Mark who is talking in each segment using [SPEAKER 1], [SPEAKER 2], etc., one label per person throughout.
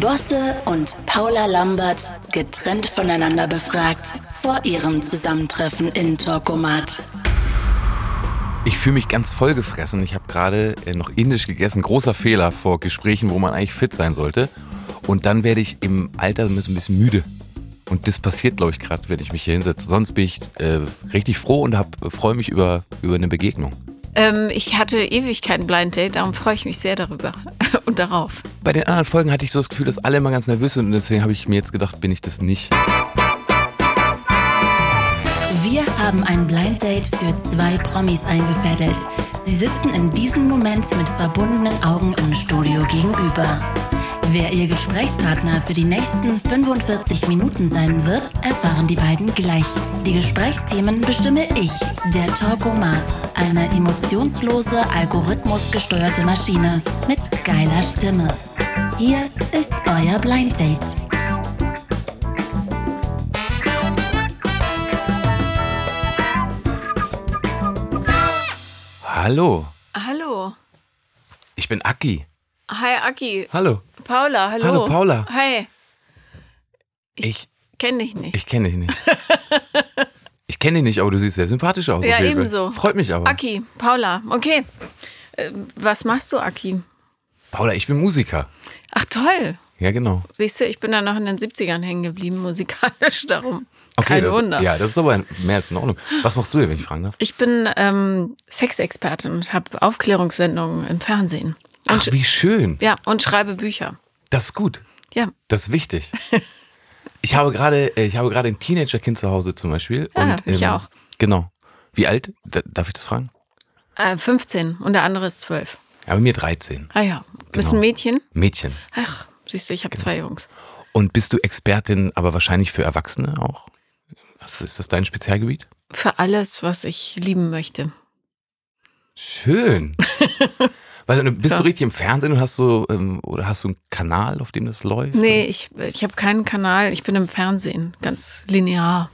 [SPEAKER 1] Bosse und Paula Lambert getrennt voneinander befragt vor ihrem Zusammentreffen in Torkomat.
[SPEAKER 2] Ich fühle mich ganz vollgefressen. Ich habe gerade äh, noch indisch gegessen. Großer Fehler vor Gesprächen, wo man eigentlich fit sein sollte. Und dann werde ich im Alter so ein bisschen müde. Und das passiert, glaube ich, gerade, wenn ich mich hier hinsetze. Sonst bin ich äh, richtig froh und freue mich über, über eine Begegnung.
[SPEAKER 3] Ähm, ich hatte ewig kein Blind Date, darum freue ich mich sehr darüber und darauf.
[SPEAKER 2] Bei den anderen Folgen hatte ich so das Gefühl, dass alle immer ganz nervös sind. Und deswegen habe ich mir jetzt gedacht, bin ich das nicht.
[SPEAKER 1] Wir haben ein Blind Date für zwei Promis eingefädelt. Sie sitzen in diesem Moment mit verbundenen Augen im Studio gegenüber. Wer ihr Gesprächspartner für die nächsten 45 Minuten sein wird, erfahren die beiden gleich. Die Gesprächsthemen bestimme ich, der Talkomat, eine emotionslose, algorithmusgesteuerte Maschine mit geiler Stimme. Hier ist euer Blind Date.
[SPEAKER 2] Hallo,
[SPEAKER 3] Hallo.
[SPEAKER 2] ich bin Aki.
[SPEAKER 3] Hi, Aki.
[SPEAKER 2] Hallo.
[SPEAKER 3] Paula, hallo.
[SPEAKER 2] Hallo, Paula.
[SPEAKER 3] Hi,
[SPEAKER 2] Ich,
[SPEAKER 3] kenn dich nicht.
[SPEAKER 2] ich kenne dich nicht. ich kenne dich nicht, aber du siehst sehr sympathisch aus.
[SPEAKER 3] ja,
[SPEAKER 2] auf jeden Fall.
[SPEAKER 3] ebenso.
[SPEAKER 2] Freut mich aber.
[SPEAKER 3] Aki, Paula, okay. Ähm, Was machst du, Aki?
[SPEAKER 2] Paula, ich bin Musiker.
[SPEAKER 3] Ach toll.
[SPEAKER 2] Ja, genau.
[SPEAKER 3] Siehst du, ich bin da noch in den 70ern hängen geblieben, musikalisch darum.
[SPEAKER 2] Okay,
[SPEAKER 3] Kein
[SPEAKER 2] das,
[SPEAKER 3] Wunder.
[SPEAKER 2] Ja, das ist aber mehr als in Ordnung. Was machst du denn, wenn ich fragen darf?
[SPEAKER 3] Ich bin ähm, Sexexpertin und habe Aufklärungssendungen im Fernsehen.
[SPEAKER 2] Ach, wie schön.
[SPEAKER 3] Ja, und schreibe Bücher.
[SPEAKER 2] Das ist gut.
[SPEAKER 3] Ja.
[SPEAKER 2] Das ist wichtig. Ich habe gerade, äh, ich habe gerade ein Teenagerkind zu Hause zum Beispiel.
[SPEAKER 3] Ja,
[SPEAKER 2] und,
[SPEAKER 3] Ah, ich auch.
[SPEAKER 2] Genau. Wie alt? Da- darf ich das fragen?
[SPEAKER 3] Äh, 15 und der andere ist 12.
[SPEAKER 2] Ja, bei mir 13.
[SPEAKER 3] Ah ja, bist
[SPEAKER 2] Genau.
[SPEAKER 3] ein Mädchen?
[SPEAKER 2] Mädchen.
[SPEAKER 3] Ach, siehst du, ich habe zwei Jungs.
[SPEAKER 2] Und bist du Expertin, aber wahrscheinlich für Erwachsene auch? Also ist das dein Spezialgebiet?
[SPEAKER 3] Für alles, was ich lieben möchte.
[SPEAKER 2] Schön. Weil, du- bist
[SPEAKER 3] Ja.
[SPEAKER 2] du richtig im Fernsehen und hast so, ähm, oder hast du einen Kanal, auf dem das läuft?
[SPEAKER 3] Nee, ich, ich habe keinen Kanal. Ich bin im Fernsehen, ganz linear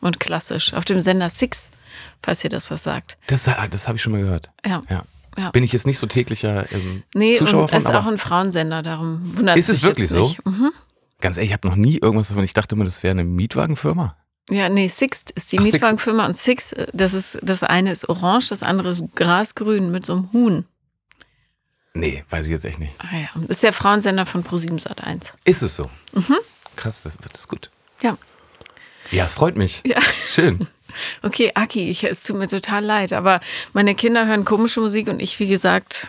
[SPEAKER 3] und klassisch. Auf dem Sender Six, falls ihr das was sagt.
[SPEAKER 2] Das, ah, das habe ich schon mal gehört.
[SPEAKER 3] Ja.
[SPEAKER 2] Ja.
[SPEAKER 3] Ja.
[SPEAKER 2] Bin ich jetzt nicht so täglicher ähm,
[SPEAKER 3] Ah. Nee,
[SPEAKER 2] Zuschauer
[SPEAKER 3] und
[SPEAKER 2] von,
[SPEAKER 3] ist auch
[SPEAKER 2] aber
[SPEAKER 3] ein Frauensender, darum wundert
[SPEAKER 2] Ist es
[SPEAKER 3] mich jetzt
[SPEAKER 2] wirklich so?
[SPEAKER 3] nicht. Mhm.
[SPEAKER 2] ganz ehrlich, ich habe noch nie irgendwas davon. Ich dachte immer, das wäre eine Mietwagenfirma.
[SPEAKER 3] Ja, nee, Sixt ist die
[SPEAKER 2] Ach, Sixt.
[SPEAKER 3] Mietwagenfirma und Six, äh, das ist das eine ist orange, das andere ist grasgrün mit so einem Huhn.
[SPEAKER 2] Nee, weiß ich jetzt echt nicht.
[SPEAKER 3] Ah ja, ist der Frauensender von Pro7 1.
[SPEAKER 2] Ist es so?
[SPEAKER 3] Mhm.
[SPEAKER 2] Krass, das, das ist gut.
[SPEAKER 3] Ja.
[SPEAKER 2] Ja, es freut mich.
[SPEAKER 3] Ja.
[SPEAKER 2] Schön.
[SPEAKER 3] Okay, Aki, ich, es tut mir total leid, aber meine Kinder hören komische Musik und ich, wie gesagt,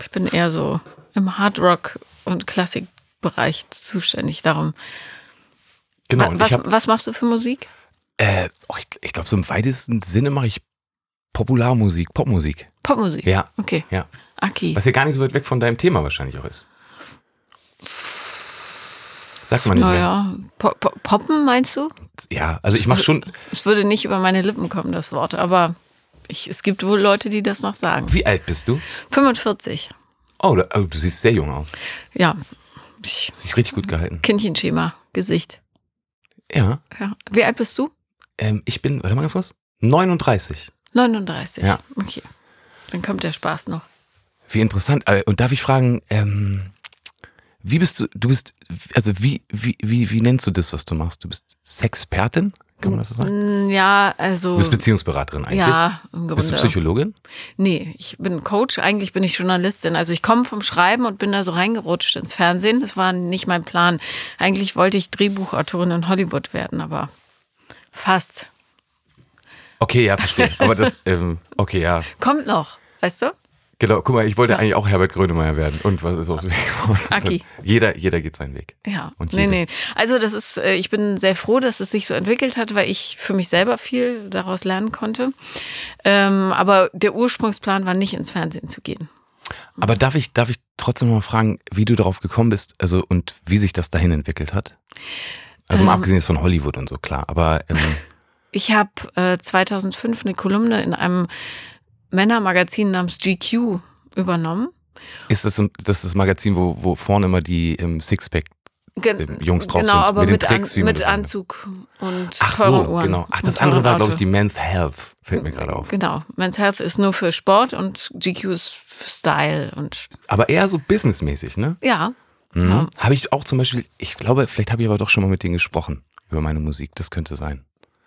[SPEAKER 3] ich bin eher so im Hardrock- und Klassikbereich zuständig. Darum.
[SPEAKER 2] Genau. Und
[SPEAKER 3] was,
[SPEAKER 2] ich hab,
[SPEAKER 3] was machst du für Musik?
[SPEAKER 2] äh, oh, ich, ich glaube, so im weitesten Sinne mache ich Popularmusik, Popmusik.
[SPEAKER 3] Popmusik.
[SPEAKER 2] Ja.
[SPEAKER 3] Okay.
[SPEAKER 2] Ja.
[SPEAKER 3] Aki.
[SPEAKER 2] Was ja gar nicht so weit weg von deinem Thema wahrscheinlich auch ist. Sagt man nicht
[SPEAKER 3] Naja, po po Poppen meinst du?
[SPEAKER 2] mehr. Ja, also ich mache schon.
[SPEAKER 3] Es würde nicht über meine Lippen kommen, das Wort, aber ich, es gibt wohl Leute, die das noch sagen.
[SPEAKER 2] Wie alt bist du?
[SPEAKER 3] 45.
[SPEAKER 2] Oh, da, oh, du siehst sehr jung aus.
[SPEAKER 3] Ja. Ich-
[SPEAKER 2] Hast dich richtig gut gehalten.
[SPEAKER 3] Kindchenschema, Gesicht.
[SPEAKER 2] Ja.
[SPEAKER 3] Ja. Wie alt bist du?
[SPEAKER 2] Ähm, ich bin, warte mal ganz kurz, 39.
[SPEAKER 3] 39.
[SPEAKER 2] Ja.
[SPEAKER 3] Okay. Dann kommt der Spaß noch.
[SPEAKER 2] Wie interessant. Äh, Und darf ich fragen, ähm, wie bist du, du bist, also wie, wie, wie, wie nennst du das, was du machst? Du bist Sexpertin? Kann man das so sagen?
[SPEAKER 3] Mm, Ja, also.
[SPEAKER 2] Du bist Beziehungsberaterin eigentlich.
[SPEAKER 3] ja, genau. im Grunde.
[SPEAKER 2] Bist du Psychologin?
[SPEAKER 3] Nee, ich bin Coach, eigentlich bin ich Journalistin. Also ich komme vom Schreiben und bin da so reingerutscht ins Fernsehen. Das war nicht mein Plan. Eigentlich wollte ich Drehbuchautorin in Hollywood werden, aber fast.
[SPEAKER 2] Okay, ja, verstehe. Aber das, ähm, okay, ja.
[SPEAKER 3] Kommt noch, weißt du?
[SPEAKER 2] Genau, guck mal, ich wollte eigentlich auch Herbert Grönemeyer werden. Und was ist aus dem Weg geworden?
[SPEAKER 3] Ah. Aki.
[SPEAKER 2] Jeder, jeder geht seinen Weg.
[SPEAKER 3] Ja,
[SPEAKER 2] Und
[SPEAKER 3] nee,
[SPEAKER 2] jede.
[SPEAKER 3] nee. Also das ist, äh, ich bin sehr froh, dass es sich so entwickelt hat, weil ich für mich selber viel daraus lernen konnte. Ähm, aber der Ursprungsplan war nicht ins Fernsehen zu gehen.
[SPEAKER 2] Aber darf ich, darf ich trotzdem noch mal fragen, wie du darauf gekommen bist, also und wie sich das dahin entwickelt hat? Also
[SPEAKER 3] Ähm.
[SPEAKER 2] mal abgesehen jetzt von Hollywood und so, klar. Aber ähm,
[SPEAKER 3] Ich habe äh, 2005 eine Kolumne in einem Männermagazin namens GQ übernommen.
[SPEAKER 2] Ist das, ein- das ist das Magazin, wo, wo vorne immer die ähm, Sixpack.
[SPEAKER 3] Ge
[SPEAKER 2] Jungs drauf
[SPEAKER 3] genau,
[SPEAKER 2] sind,
[SPEAKER 3] aber
[SPEAKER 2] mit den
[SPEAKER 3] mit,
[SPEAKER 2] Tricks, wie man
[SPEAKER 3] mit
[SPEAKER 2] das nennt.
[SPEAKER 3] Anzug und
[SPEAKER 2] Ach
[SPEAKER 3] teuren
[SPEAKER 2] so,
[SPEAKER 3] Uhren.
[SPEAKER 2] genau. Ach,
[SPEAKER 3] und
[SPEAKER 2] das andere
[SPEAKER 3] teuren
[SPEAKER 2] war, glaube ich,
[SPEAKER 3] Auto.
[SPEAKER 2] die Men's Health. Fällt mir gerade auf.
[SPEAKER 3] Genau, Men's Health ist nur für Sport und GQ ist für Style und
[SPEAKER 2] Aber eher so businessmäßig, ne?
[SPEAKER 3] ja,
[SPEAKER 2] Mhm.
[SPEAKER 3] Ja.
[SPEAKER 2] Habe ich auch zum Beispiel, ich glaube, vielleicht habe ich aber doch schon mal mit denen gesprochen über meine Musik. Das könnte sein.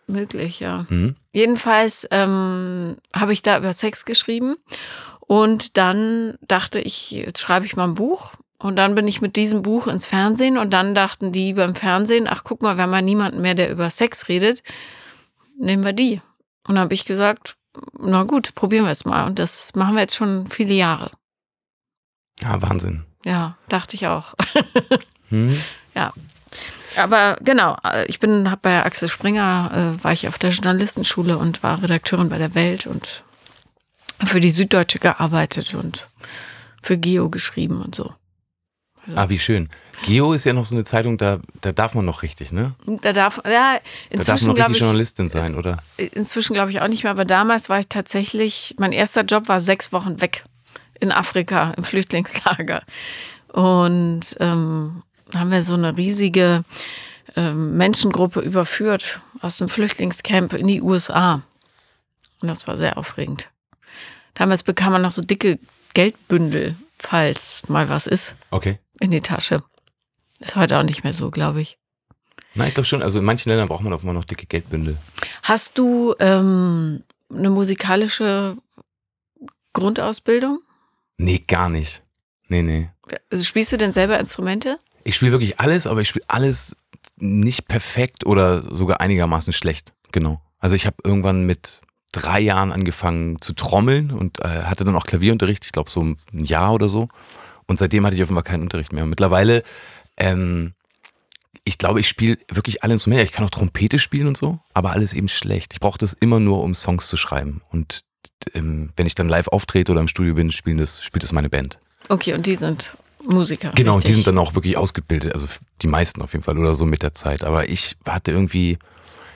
[SPEAKER 3] Möglich, ja.
[SPEAKER 2] Mhm.
[SPEAKER 3] Jedenfalls ähm, habe ich da über Sex geschrieben und dann dachte ich, jetzt schreibe ich mal ein Buch. Und dann bin ich mit diesem Buch ins Fernsehen und dann dachten die beim Fernsehen, ach guck mal, wir haben ja niemanden mehr, der über Sex redet, nehmen wir die. Und dann habe ich gesagt, na gut, probieren wir es mal. Und das machen wir jetzt schon viele Jahre.
[SPEAKER 2] Ja, Ah, Wahnsinn.
[SPEAKER 3] Ja, dachte ich auch.
[SPEAKER 2] Mhm.
[SPEAKER 3] Aber genau, äh, ich bin hab bei Axel Springer, äh, war ich auf der Journalistenschule und war Redakteurin bei der Welt und für die Süddeutsche gearbeitet und für Geo geschrieben und so.
[SPEAKER 2] Ah, wie schön. Geo ist ja noch so eine Zeitung, da, da darf man noch richtig, ne?
[SPEAKER 3] Da darf, ja,
[SPEAKER 2] Da darf man
[SPEAKER 3] inzwischen
[SPEAKER 2] noch
[SPEAKER 3] glaube
[SPEAKER 2] richtig
[SPEAKER 3] ich,
[SPEAKER 2] Journalistin sein, oder?
[SPEAKER 3] inzwischen glaube ich auch nicht mehr, aber damals war ich tatsächlich, mein erster Job war sechs Wochen weg in Afrika, im Flüchtlingslager. Und ähm, haben wir so eine riesige ähm, Menschengruppe überführt aus dem Flüchtlingscamp in die USA. Und das war sehr aufregend. Damals bekam man noch so dicke Geldbündel, falls mal was ist,
[SPEAKER 2] Okay.
[SPEAKER 3] in die Tasche. Ist heute auch nicht mehr so, glaube ich.
[SPEAKER 2] Nein, ich glaube schon. Also in manchen Ländern braucht man offenbar noch dicke Geldbündel.
[SPEAKER 3] Hast du ähm, eine musikalische Grundausbildung?
[SPEAKER 2] Nee, gar nicht. Nee, nee.
[SPEAKER 3] Also spielst du denn selber Instrumente?
[SPEAKER 2] Ich spiele wirklich alles, aber ich spiele alles nicht perfekt oder sogar einigermaßen schlecht. Genau. Also ich habe irgendwann mit drei Jahren angefangen zu trommeln und äh, hatte dann auch Klavierunterricht, ich glaube so ein Jahr oder so. Und seitdem hatte ich offenbar keinen Unterricht mehr. Und mittlerweile, ähm, ich glaube, ich spiele wirklich alle Instrumente. Ich kann auch Trompete spielen und so, aber alles eben schlecht. Ich brauche das immer nur, um Songs zu schreiben. Und ähm, wenn ich dann live auftrete oder im Studio bin, spielen das, spielt das meine Band.
[SPEAKER 3] Okay, und die sind Musiker.
[SPEAKER 2] Genau, und
[SPEAKER 3] richtig?
[SPEAKER 2] die sind dann auch wirklich ausgebildet, also f- die meisten auf jeden Fall oder so mit der Zeit. Aber ich hatte irgendwie,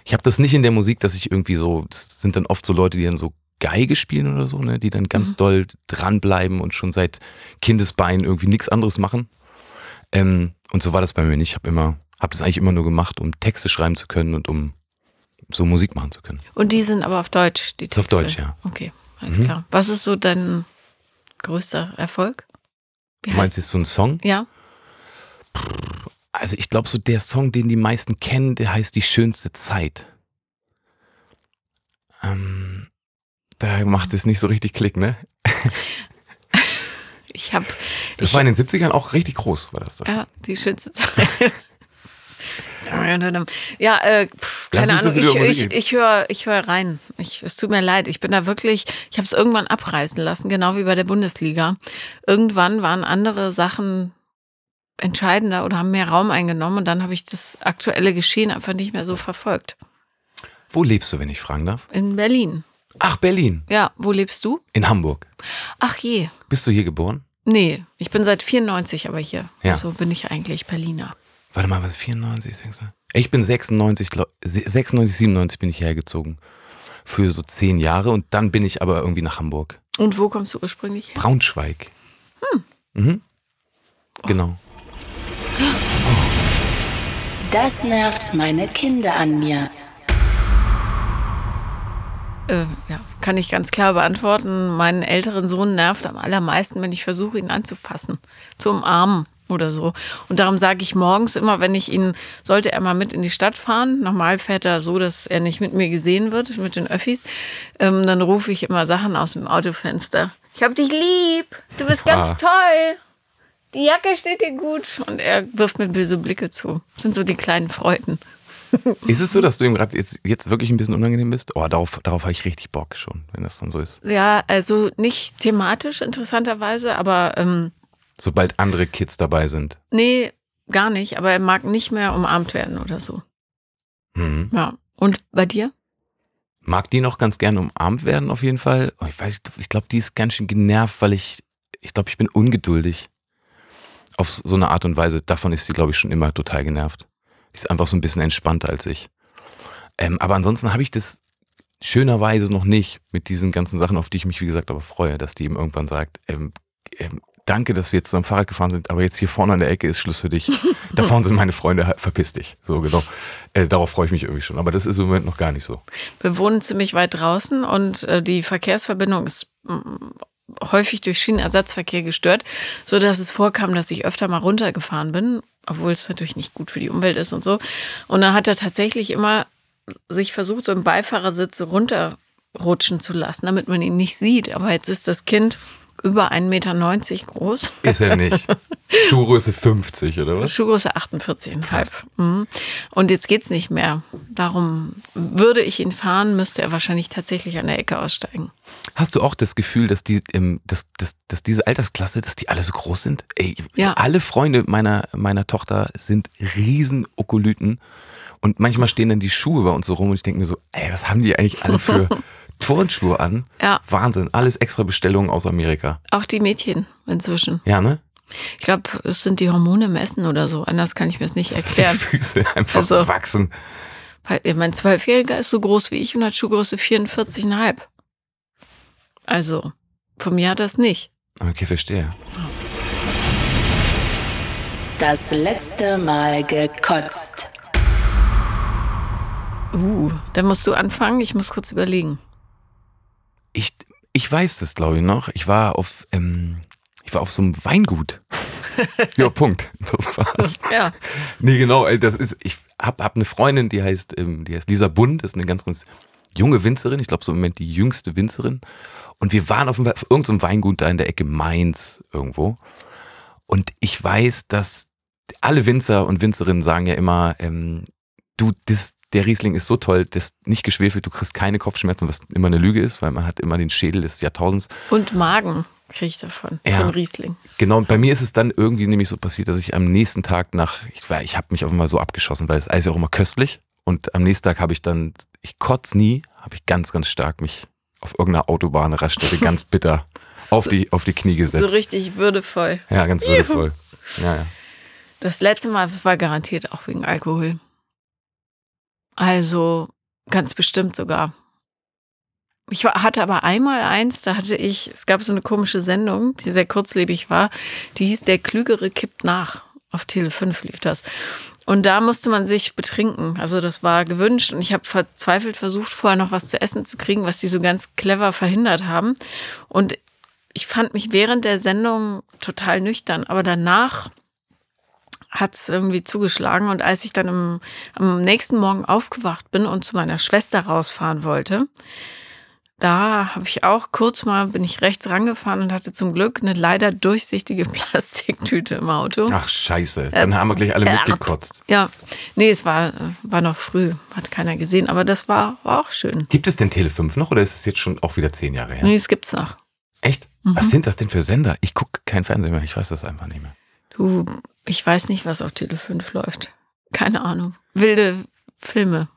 [SPEAKER 2] ich habe das nicht in der Musik, dass ich irgendwie so, das sind dann oft so Leute, die dann so Geige spielen oder so, ne, die dann
[SPEAKER 3] Mhm.
[SPEAKER 2] ganz doll dranbleiben und schon seit Kindesbein irgendwie nichts anderes machen. Ähm, und so war das bei mir nicht. Ich habe immer, habe das eigentlich immer nur gemacht, um Texte schreiben zu können und um so Musik machen zu können.
[SPEAKER 3] Und die sind aber auf Deutsch, die
[SPEAKER 2] Ist auf
[SPEAKER 3] Texte.
[SPEAKER 2] Deutsch, ja. Mhm.
[SPEAKER 3] Okay, alles klar. Was ist so dein größter Erfolg? Wie
[SPEAKER 2] Du meinst
[SPEAKER 3] heißt-
[SPEAKER 2] du, ist so ein Song?
[SPEAKER 3] Ja,
[SPEAKER 2] Also ich glaube, so der Song, den die meisten kennen, der heißt Die schönste Zeit. Ähm, da macht es nicht so richtig Klick, ne?
[SPEAKER 3] ich habe
[SPEAKER 2] Das war in den 70ern auch richtig groß, war das doch.
[SPEAKER 3] ja, die schönste Zeit. Ja, äh, pf,
[SPEAKER 2] Lass
[SPEAKER 3] keine
[SPEAKER 2] nicht so
[SPEAKER 3] Ahnung,
[SPEAKER 2] viel über
[SPEAKER 3] ich,
[SPEAKER 2] Musik
[SPEAKER 3] ich,
[SPEAKER 2] reden.
[SPEAKER 3] ich höre ich hör rein. Ich, es tut mir leid, ich bin da wirklich, ich habe es irgendwann abreißen lassen, genau wie bei der Bundesliga. Irgendwann waren andere Sachen entscheidender oder haben mehr Raum eingenommen und dann habe ich das aktuelle Geschehen einfach nicht mehr so verfolgt.
[SPEAKER 2] Wo lebst du, wenn ich fragen darf?
[SPEAKER 3] In Berlin.
[SPEAKER 2] Ach, Berlin,
[SPEAKER 3] Ja, wo lebst du?
[SPEAKER 2] in Hamburg.
[SPEAKER 3] Ach je.
[SPEAKER 2] Bist du hier geboren?
[SPEAKER 3] Nee, ich bin seit 94 aber hier.
[SPEAKER 2] Ja.
[SPEAKER 3] Also bin ich eigentlich Berliner.
[SPEAKER 2] Warte mal, was, 94, 96? Ich bin 96, glaub- 96, 97 bin ich hergezogen. Für so zehn Jahre und dann bin ich aber irgendwie nach Hamburg.
[SPEAKER 3] Und wo kommst du ursprünglich her?
[SPEAKER 2] Braunschweig. Hm. Mhm. Genau.
[SPEAKER 1] Das nervt meine Kinder an mir.
[SPEAKER 3] Äh, ja, kann ich ganz klar beantworten. Meinen älteren Sohn nervt am allermeisten, wenn ich versuche, ihn anzufassen, zu umarmen oder so. Und darum sage ich morgens immer, wenn ich ihn, sollte er mal mit in die Stadt fahren, normal fährt er so, dass er nicht mit mir gesehen wird, mit den Öffis, ähm, dann rufe ich immer Sachen aus dem Autofenster. Ich hab dich lieb, du bist ganz
[SPEAKER 2] Ah.
[SPEAKER 3] toll. Die Jacke steht dir gut. Und er wirft mir böse Blicke zu. Das sind so die kleinen Freuden.
[SPEAKER 2] Ist es so, dass du ihm gerade jetzt, jetzt wirklich ein bisschen unangenehm bist? Oh, darauf, darauf habe ich richtig Bock schon, wenn das dann so ist.
[SPEAKER 3] Ja, also nicht thematisch interessanterweise, aber ähm,
[SPEAKER 2] Sobald andere Kids dabei sind.
[SPEAKER 3] Nee, gar nicht. Aber er mag nicht mehr umarmt werden oder so.
[SPEAKER 2] Mhm.
[SPEAKER 3] Ja. Und bei dir?
[SPEAKER 2] Mag die noch ganz gerne umarmt werden, auf jeden Fall. Oh, ich weiß, ich glaube, die ist ganz schön genervt, weil ich, ich glaube, ich bin ungeduldig. Auf so eine Art und Weise. Davon ist sie, glaube ich, schon immer total genervt. Die ist einfach so ein bisschen entspannter als ich. Ähm, aber ansonsten habe ich das schönerweise noch nicht mit diesen ganzen Sachen, auf die ich mich, wie gesagt, aber freue, dass die eben irgendwann sagt, ähm, ähm, danke, dass wir jetzt am Fahrrad gefahren sind, aber jetzt hier vorne an der Ecke ist Schluss für dich. da fahren sind meine Freunde, verpiss dich. So, genau. Äh, darauf freue ich mich irgendwie schon. Aber das ist im Moment noch gar nicht so.
[SPEAKER 3] Wir wohnen ziemlich weit draußen und äh, die Verkehrsverbindung ist mm, häufig durch Schienenersatzverkehr gestört, so dass es vorkam, dass ich öfter mal runtergefahren bin, obwohl es natürlich nicht gut für die Umwelt ist und so. Und dann hat er tatsächlich immer sich versucht, so im Beifahrersitz runterrutschen zu lassen, damit man ihn nicht sieht. Aber jetzt ist das Kind über 1,90 Meter groß.
[SPEAKER 2] Ist er nicht. Schuhgröße 50, oder was?
[SPEAKER 3] Schuhgröße 48,5.
[SPEAKER 2] Krass.
[SPEAKER 3] Mhm. Und jetzt geht's nicht mehr. Darum würde ich ihn fahren, müsste er wahrscheinlich tatsächlich an der Ecke aussteigen.
[SPEAKER 2] Hast du auch das Gefühl, dass, die, ähm, dass, dass, dass diese Altersklasse, dass die alle so groß sind? Ey,
[SPEAKER 3] Ja.
[SPEAKER 2] alle Freunde meiner, meiner Tochter sind riesen Okolyten. Und manchmal stehen dann die Schuhe bei uns so rum und ich denke mir so, ey, was haben die eigentlich alle für Turnschuhe an?
[SPEAKER 3] Ja.
[SPEAKER 2] Wahnsinn, alles extra Bestellungen aus Amerika.
[SPEAKER 3] Auch die Mädchen inzwischen.
[SPEAKER 2] Ja, ne?
[SPEAKER 3] Ich glaube, es sind die Hormone im Essen oder so. Anders kann ich mir es nicht
[SPEAKER 2] Dass die
[SPEAKER 3] erklären.
[SPEAKER 2] Füße einfach
[SPEAKER 3] Also-
[SPEAKER 2] wachsen.
[SPEAKER 3] Weil äh, mein Zwölfjähriger ist so groß wie ich und hat Schuhgröße 44,5. Also, von mir hat das nicht.
[SPEAKER 2] Okay, verstehe.
[SPEAKER 1] Das letzte Mal gekotzt.
[SPEAKER 3] Uh, dann musst du anfangen. Ich muss kurz überlegen.
[SPEAKER 2] Ich, ich weiß das, glaube ich, noch. Ich war auf, ähm, ich war auf so einem Weingut. ja, Punkt. Das war's.
[SPEAKER 3] Ja,
[SPEAKER 2] Nee, genau, ey, das ist, ich hab, hab eine Freundin, die heißt, ähm, die heißt Lisa Bund, ist eine ganz, ganz junge Winzerin, ich glaube so im Moment die jüngste Winzerin. Und wir waren auf, dem, auf irgendeinem Weingut da in der Ecke Mainz irgendwo. Und ich weiß, dass alle Winzer und Winzerinnen sagen ja immer, ähm, du, das, der Riesling ist so toll, das ist nicht geschwefelt, du kriegst keine Kopfschmerzen, was immer eine Lüge ist, weil man hat immer den Schädel des Jahrtausends.
[SPEAKER 3] und Magen kriege ich davon.
[SPEAKER 2] Ja.
[SPEAKER 3] Von Riesling.
[SPEAKER 2] Genau, und bei mir ist es dann irgendwie nämlich so passiert, dass ich am nächsten Tag nach, ich, war- ich habe mich auf einmal so abgeschossen, weil das Eis ist ja auch immer köstlich. Und am nächsten Tag habe ich dann, ich kotz nie, habe ich ganz, ganz stark mich auf irgendeiner Autobahn, Raststätte, ganz bitter auf die, auf die Knie
[SPEAKER 3] So
[SPEAKER 2] gesetzt.
[SPEAKER 3] richtig würdevoll.
[SPEAKER 2] ja, ganz würdevoll. Ja, ja.
[SPEAKER 3] Das letzte Mal war garantiert auch wegen Alkohol. Also ganz bestimmt sogar. Ich war, hatte aber einmal eins, da hatte ich, es gab so eine komische Sendung, die sehr kurzlebig war, die hieß Der Klügere kippt nach. Auf Tele 5 lief das. Und da musste man sich betrinken. Also das war gewünscht. Und ich habe verzweifelt versucht, vorher noch was zu essen zu kriegen, was die so ganz clever verhindert haben. Und ich fand mich während der Sendung total nüchtern. Aber danach hat's irgendwie zugeschlagen. Und als ich dann im, am nächsten Morgen aufgewacht bin und zu meiner Schwester rausfahren wollte, da habe ich auch kurz mal, bin ich rechts rangefahren und hatte zum Glück eine leider durchsichtige Plastiktüte im Auto.
[SPEAKER 2] Ach, scheiße. Dann haben wir gleich alle
[SPEAKER 3] äh,
[SPEAKER 2] mitgekotzt.
[SPEAKER 3] Oh. Ja, nee, es war, äh, war noch früh, hat keiner gesehen, aber das war, war auch schön.
[SPEAKER 2] Gibt es denn Tele 5 noch oder ist es jetzt schon auch wieder zehn Jahre her?
[SPEAKER 3] Nee, Mhm. es gibt's noch.
[SPEAKER 2] Echt? Was sind das denn für Sender? Ich gucke kein Fernsehen mehr, ich weiß das einfach nicht mehr.
[SPEAKER 3] Du, ich weiß nicht, was auf Tele 5 läuft. Keine Ahnung. Wilde Filme.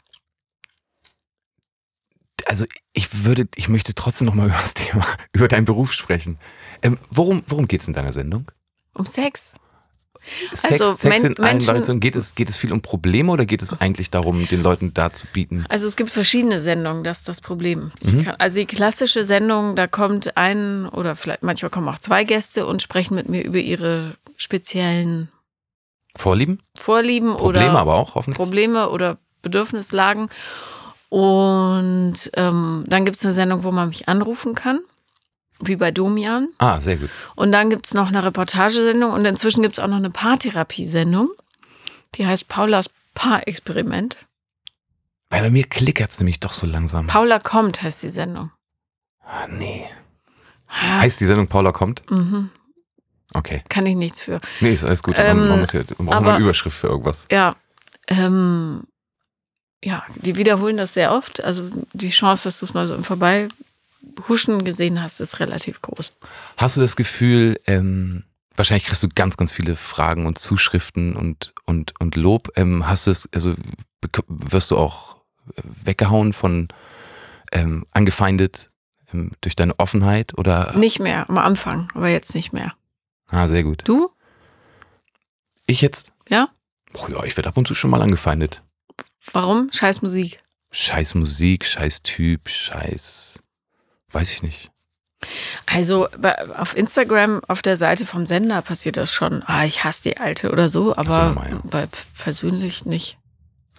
[SPEAKER 2] also ich würde, ich möchte trotzdem nochmal über das Thema, über deinen Beruf sprechen. Ähm, worum worum geht's in deiner Sendung?
[SPEAKER 3] Um Sex.
[SPEAKER 2] Sex,
[SPEAKER 3] Also,
[SPEAKER 2] Sex
[SPEAKER 3] Men-
[SPEAKER 2] in allen
[SPEAKER 3] Menschen-
[SPEAKER 2] Variationen. Geht es, geht es viel um Probleme oder geht es eigentlich darum, den Leuten darzubieten?
[SPEAKER 3] Also es gibt verschiedene Sendungen, das ist das Problem.
[SPEAKER 2] Mhm.
[SPEAKER 3] Ich kann, also die klassische Sendung, da kommt ein oder vielleicht manchmal kommen auch zwei Gäste und sprechen mit mir über ihre speziellen
[SPEAKER 2] Vorlieben?
[SPEAKER 3] Vorlieben
[SPEAKER 2] Probleme
[SPEAKER 3] oder
[SPEAKER 2] aber auch, hoffentlich.
[SPEAKER 3] Probleme oder Bedürfnislagen. Und ähm, dann gibt es eine Sendung, wo man mich anrufen kann, wie bei Domian.
[SPEAKER 2] ah, sehr gut.
[SPEAKER 3] Und dann gibt es noch eine Reportagesendung und inzwischen gibt es auch noch eine Paartherapiesendung. Die heißt Paulas Paarexperiment.
[SPEAKER 2] Weil bei mir klickert's nämlich doch so langsam.
[SPEAKER 3] Paula kommt heißt die Sendung.
[SPEAKER 2] ah, nee.
[SPEAKER 3] Ah,
[SPEAKER 2] Heißt die Sendung Paula kommt?
[SPEAKER 3] mhm.
[SPEAKER 2] Okay.
[SPEAKER 3] kann ich nichts für.
[SPEAKER 2] Nee, ist alles gut. aber
[SPEAKER 3] Ähm,
[SPEAKER 2] man muss ja, man braucht
[SPEAKER 3] aber-
[SPEAKER 2] eine Überschrift für irgendwas.
[SPEAKER 3] Ja, ähm, ja, die wiederholen das sehr oft. Also die Chance, dass du es mal so im Vorbeihuschen gesehen hast, ist relativ groß.
[SPEAKER 2] Hast du das Gefühl, ähm, wahrscheinlich kriegst du ganz, ganz viele Fragen und Zuschriften und, und, und Lob. Ähm, hast du es, also bek- wirst du auch äh, weggehauen von ähm, angefeindet ähm, durch deine Offenheit oder?
[SPEAKER 3] Nicht mehr am Anfang, aber jetzt nicht mehr.
[SPEAKER 2] Ah, sehr gut.
[SPEAKER 3] Du?
[SPEAKER 2] Ich jetzt?
[SPEAKER 3] Ja?
[SPEAKER 2] Oh ja, ich werde ab und zu schon mal angefeindet.
[SPEAKER 3] Warum? Scheiß Musik.
[SPEAKER 2] Scheiß Musik, scheiß Typ, scheiß. Weiß ich nicht.
[SPEAKER 3] Also bei, auf Instagram, auf der Seite vom Sender passiert das schon. Ah, ich hasse die Alte oder so, aber
[SPEAKER 2] normal, ja.
[SPEAKER 3] bei, persönlich nicht.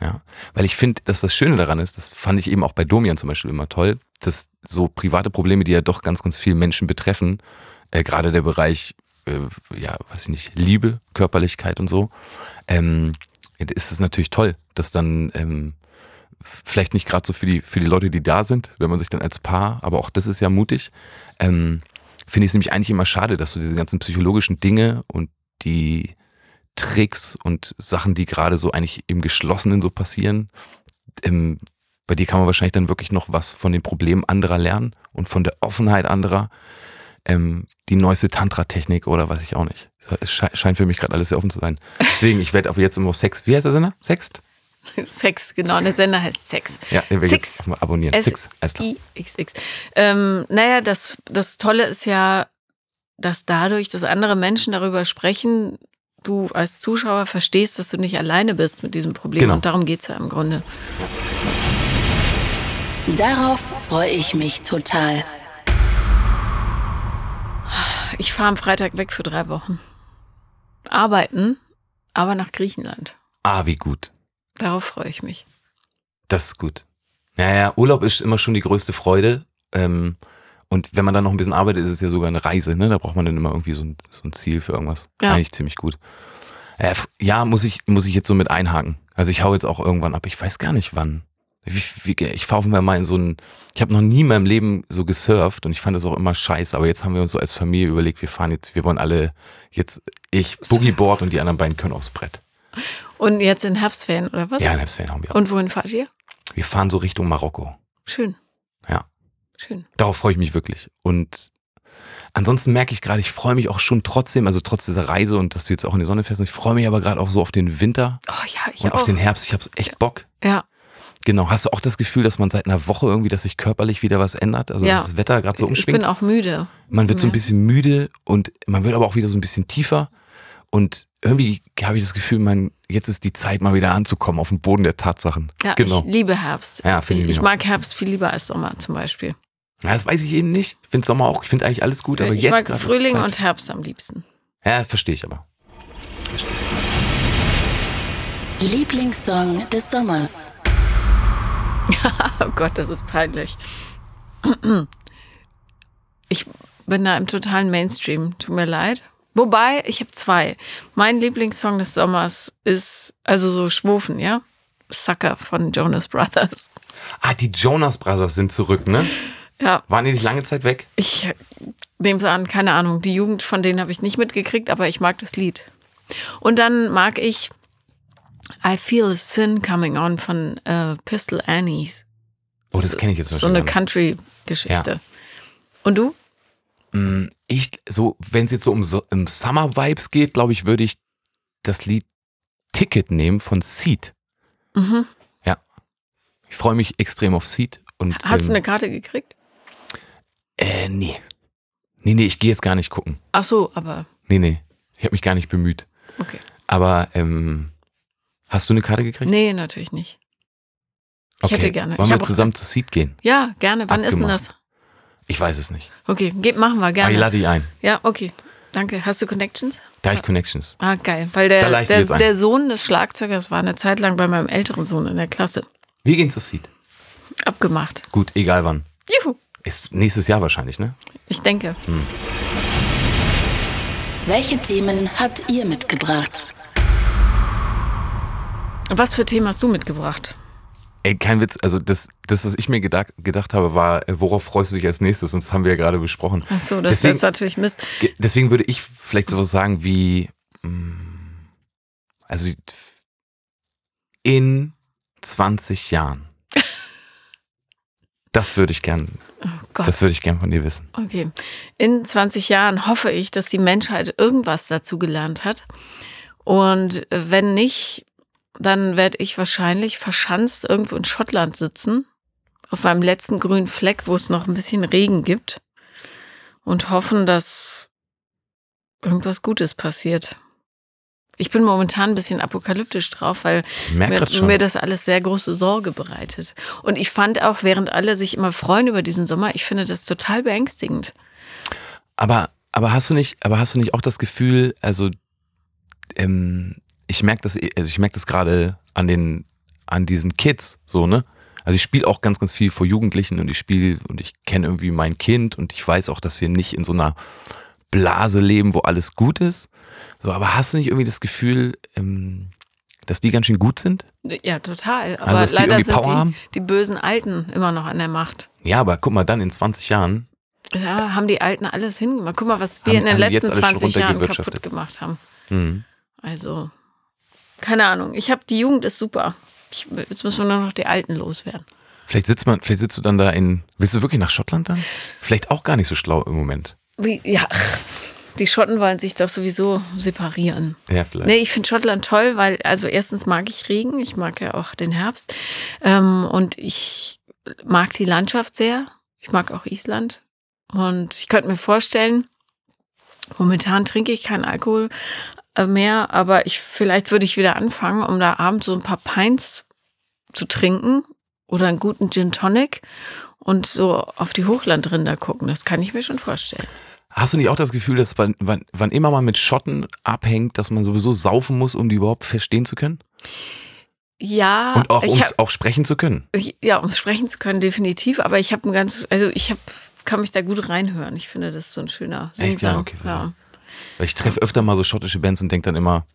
[SPEAKER 2] Ja, weil ich finde, dass das Schöne daran ist, das fand ich eben auch bei Domian zum Beispiel immer toll. dass so private Probleme, die ja doch ganz, ganz viele Menschen betreffen, äh, gerade der Bereich, äh, ja, weiß ich nicht, Liebe, Körperlichkeit und so, ähm, ist es natürlich toll, dass dann ähm, vielleicht nicht gerade so für die, für die Leute, die da sind, wenn man sich dann als Paar, aber auch das ist ja mutig, ähm, finde ich es nämlich eigentlich immer schade, dass so diese ganzen psychologischen Dinge und die Tricks und Sachen, die gerade so eigentlich im Geschlossenen so passieren, ähm, bei dir kann man wahrscheinlich dann wirklich noch was von den Problemen anderer lernen und von der Offenheit anderer. Ähm, die neueste Tantra-Technik oder weiß ich auch nicht. Es sche scheint für mich gerade alles sehr offen zu sein. Deswegen, ich werde ab jetzt immer auf Sex. Wie heißt der Sender? Sext?
[SPEAKER 3] Sex, genau. Der Sender heißt Sex.
[SPEAKER 2] Ja, den will ich
[SPEAKER 3] Six.
[SPEAKER 2] jetzt mal abonnieren. Six. Alles klar.
[SPEAKER 3] I-X-X. Ähm, naja, das, das Tolle ist ja, dass dadurch, dass andere Menschen darüber sprechen, du als Zuschauer verstehst, dass du nicht alleine bist mit diesem Problem.
[SPEAKER 2] Genau.
[SPEAKER 3] Und darum geht es ja im Grunde.
[SPEAKER 1] Darauf freue ich mich total.
[SPEAKER 3] Ich fahre am Freitag weg für drei Wochen. Arbeiten, aber nach Griechenland.
[SPEAKER 2] Ah, wie gut.
[SPEAKER 3] Darauf freue ich mich.
[SPEAKER 2] Das ist gut. Naja, Urlaub ist immer schon die größte Freude. Ähm, und wenn man dann noch ein bisschen arbeitet, ist es ja sogar eine Reise. Ne? Da braucht man dann immer irgendwie so ein, so ein Ziel für irgendwas.
[SPEAKER 3] Ja.
[SPEAKER 2] Eigentlich ziemlich gut. Äh, f- ja, muss ich, muss ich jetzt so mit einhaken. Also ich hau jetzt auch irgendwann ab. Ich weiß gar nicht wann. Wie, wie, ich fahre auf jeden Fall mal in so einen. Ich habe noch nie in meinem Leben so gesurft und ich fand das auch immer scheiße. Aber jetzt haben wir uns so als Familie überlegt, wir fahren jetzt, wir wollen alle jetzt, ich Boogieboard und die anderen beiden können aufs Brett.
[SPEAKER 3] Und jetzt in Herbstferien, oder was?
[SPEAKER 2] Ja, in Herbstferien haben wir.
[SPEAKER 3] Und wohin fahrt ihr?
[SPEAKER 2] wir fahren so Richtung Marokko.
[SPEAKER 3] Schön.
[SPEAKER 2] Ja.
[SPEAKER 3] Schön.
[SPEAKER 2] Darauf freue ich mich wirklich. Und ansonsten merke ich gerade, ich freue mich auch schon trotzdem, also trotz dieser Reise und dass du jetzt auch in die Sonne fährst, und ich freue mich aber gerade auch so auf den Winter
[SPEAKER 3] Oh ja, ich
[SPEAKER 2] und
[SPEAKER 3] auch.
[SPEAKER 2] auf den Herbst. Ich habe echt Bock.
[SPEAKER 3] ja.
[SPEAKER 2] Genau. Hast du auch das Gefühl, dass man seit einer Woche irgendwie, dass sich körperlich wieder was ändert? Also
[SPEAKER 3] Ja.
[SPEAKER 2] dass das Wetter gerade so
[SPEAKER 3] ich bin
[SPEAKER 2] umschwingt.
[SPEAKER 3] auch müde.
[SPEAKER 2] Man wird so ein
[SPEAKER 3] Ja.
[SPEAKER 2] bisschen müde und man wird aber auch wieder so ein bisschen tiefer. Und irgendwie habe ich das Gefühl, man, jetzt ist die Zeit, mal wieder anzukommen auf den Boden der Tatsachen.
[SPEAKER 3] Ja,
[SPEAKER 2] genau.
[SPEAKER 3] ich liebe Herbst.
[SPEAKER 2] Ja, finde ich
[SPEAKER 3] ich
[SPEAKER 2] auch.
[SPEAKER 3] mag Herbst viel lieber als Sommer zum Beispiel.
[SPEAKER 2] ja, das weiß ich eben nicht. Ich finde Sommer auch, ich finde eigentlich alles gut, aber
[SPEAKER 3] ich
[SPEAKER 2] jetzt
[SPEAKER 3] mag
[SPEAKER 2] gerade. ist
[SPEAKER 3] Frühling
[SPEAKER 2] Zeit-
[SPEAKER 3] und Herbst am liebsten.
[SPEAKER 2] Ja, verstehe ich aber.
[SPEAKER 1] Lieblingssong des Sommers.
[SPEAKER 3] Oh Gott, das ist peinlich. Ich bin da im totalen Mainstream, tut mir leid. Wobei, ich habe zwei. Mein Lieblingssong des Sommers ist, also so Schwufen, ja? Sucker von Jonas Brothers.
[SPEAKER 2] Ah, die Jonas Brothers sind zurück, ne?
[SPEAKER 3] Ja,
[SPEAKER 2] Waren die nicht lange Zeit weg?
[SPEAKER 3] Ich nehme es an, keine Ahnung. Die Jugend von denen habe ich nicht mitgekriegt, aber ich mag das Lied. Und dann mag ich I Feel a Sin Coming On von äh, Pistol Annies.
[SPEAKER 2] Oh, das kenne ich jetzt
[SPEAKER 3] So eine Country-Geschichte. Und du?
[SPEAKER 2] Mm, Ich, so, wenn es jetzt so um, so- um Summer Vibes geht, glaube ich, würde ich das Lied Ticket nehmen von Seed.
[SPEAKER 3] Mhm.
[SPEAKER 2] Ja. Ich freue mich extrem auf Seed. Und,
[SPEAKER 3] Hast du
[SPEAKER 2] ähm,
[SPEAKER 3] eine Karte gekriegt?
[SPEAKER 2] Äh, nee. Nee, nee, ich gehe jetzt gar nicht gucken.
[SPEAKER 3] Ach so, aber
[SPEAKER 2] Nee, nee. Ich habe mich gar nicht bemüht.
[SPEAKER 3] okay.
[SPEAKER 2] Aber, ähm, hast du eine Karte gekriegt?
[SPEAKER 3] Nee, natürlich nicht. ich hätte gerne.
[SPEAKER 2] Wollen
[SPEAKER 3] Ich
[SPEAKER 2] wir
[SPEAKER 3] hab auch-
[SPEAKER 2] zusammen zu Seed gehen?
[SPEAKER 3] Ja, gerne. Wann ist denn das?
[SPEAKER 2] Abgemacht. Ich weiß es nicht.
[SPEAKER 3] Okay, geht, machen wir
[SPEAKER 2] Aber ich
[SPEAKER 3] gerne.
[SPEAKER 2] lade dich ein.
[SPEAKER 3] Ja, okay. Danke. Hast du Connections?
[SPEAKER 2] Da ich Connections.
[SPEAKER 3] Ah, geil. Weil
[SPEAKER 2] Da
[SPEAKER 3] der,
[SPEAKER 2] leicht
[SPEAKER 3] der,
[SPEAKER 2] wird's ein.
[SPEAKER 3] der Sohn des Schlagzeugers war eine Zeit lang bei meinem älteren Sohn in der Klasse.
[SPEAKER 2] Wir gehen zu Seed.
[SPEAKER 3] Abgemacht.
[SPEAKER 2] Gut, egal wann.
[SPEAKER 3] Juhu.
[SPEAKER 2] Ist nächstes Jahr wahrscheinlich, ne?
[SPEAKER 3] Ich denke.
[SPEAKER 1] Welche Themen habt ihr mitgebracht?
[SPEAKER 3] Was für Themen hast du mitgebracht?
[SPEAKER 2] Ey, kein Witz. Also das, das was ich mir gedacht, gedacht habe, war, äh, worauf freust du dich als nächstes? Und das haben wir ja gerade besprochen.
[SPEAKER 3] Ach so, das
[SPEAKER 2] deswegen,
[SPEAKER 3] ist natürlich Mist.
[SPEAKER 2] ge- deswegen würde ich vielleicht sowas sagen wie, mm, also in 20 Jahren. Das würde ich gern,
[SPEAKER 3] Oh Gott.
[SPEAKER 2] das würde ich gern von dir wissen.
[SPEAKER 3] okay. In 20 Jahren hoffe ich, dass die Menschheit irgendwas dazu gelernt hat. Und äh, wenn nicht, dann werde ich wahrscheinlich verschanzt irgendwo in Schottland sitzen, auf meinem letzten grünen Fleck, wo es noch ein bisschen Regen gibt und hoffen, dass irgendwas Gutes passiert. Ich bin momentan ein bisschen apokalyptisch drauf, weil
[SPEAKER 2] Ich merk grad
[SPEAKER 3] mir,
[SPEAKER 2] schon.
[SPEAKER 3] mir das alles sehr große Sorge bereitet. Und ich fand auch, während alle sich immer freuen über diesen Sommer, ich finde das total beängstigend.
[SPEAKER 2] Aber, aber hast du nicht, aber hast du nicht auch das Gefühl, also ähm, ich merke das, eh- also ich merke das gerade an den, an diesen Kids, so, ne? Also ich spiele auch ganz, ganz viel vor Jugendlichen und ich spiele und ich kenne irgendwie mein Kind und ich weiß auch, dass wir nicht in so einer Blase leben, wo alles gut ist. So, aber hast du nicht irgendwie das Gefühl, ähm, dass die ganz schön gut sind?
[SPEAKER 3] Ja, total. Aber
[SPEAKER 2] Also, dass die
[SPEAKER 3] leider
[SPEAKER 2] irgendwie
[SPEAKER 3] sind
[SPEAKER 2] Power haben?
[SPEAKER 3] die, die bösen Alten immer noch an der Macht.
[SPEAKER 2] Ja, aber guck mal, dann in 20 Jahren,
[SPEAKER 3] Ja, haben die Alten alles hingemacht. Guck mal, was wir
[SPEAKER 2] Haben-
[SPEAKER 3] in den
[SPEAKER 2] haben die jetzt
[SPEAKER 3] letzten
[SPEAKER 2] alles schon
[SPEAKER 3] 20 Jahren
[SPEAKER 2] runtergewirtschaftet?
[SPEAKER 3] kaputt gemacht haben.
[SPEAKER 2] hm,
[SPEAKER 3] Also, keine Ahnung. Ich habe die Jugend ist super. Ich, jetzt müssen wir nur noch die Alten loswerden.
[SPEAKER 2] vielleicht sitzt man, vielleicht sitzt du dann da in, willst du wirklich nach Schottland dann? Vielleicht auch gar nicht so schlau im Moment.
[SPEAKER 3] Wie, ja, die Schotten wollen sich doch sowieso separieren.
[SPEAKER 2] Ja, vielleicht.
[SPEAKER 3] Nee, ich finde Schottland toll, weil, also erstens mag ich Regen, ich mag ja auch den Herbst. Ähm, und ich mag die Landschaft sehr. Ich mag auch Island. Und ich könnte mir vorstellen, momentan trinke ich keinen Alkohol äh, mehr, aber ich, vielleicht würde ich wieder anfangen, um da abends so ein paar Pints zu trinken oder einen guten Gin Tonic und so auf die Hochlandrinder gucken. Das kann ich mir schon vorstellen.
[SPEAKER 2] Hast du nicht auch das Gefühl, dass wann, wann, wann immer man mit Schotten abhängt, dass man sowieso saufen muss, um die überhaupt verstehen zu können?
[SPEAKER 3] Ja,
[SPEAKER 2] Und auch,
[SPEAKER 3] Ah, ich
[SPEAKER 2] um
[SPEAKER 3] hab-
[SPEAKER 2] auch sprechen zu können.
[SPEAKER 3] Ich- ja, um sprechen zu können, definitiv. Aber ich habe ein ganz, also ich habe, kann mich da gut reinhören. Ich finde, das ist so ein schöner Singsang.
[SPEAKER 2] Echt? Ja, okay,
[SPEAKER 3] ja.
[SPEAKER 2] verstehe. Weil ich treffe öfter mal so schottische Bands und denke dann immer,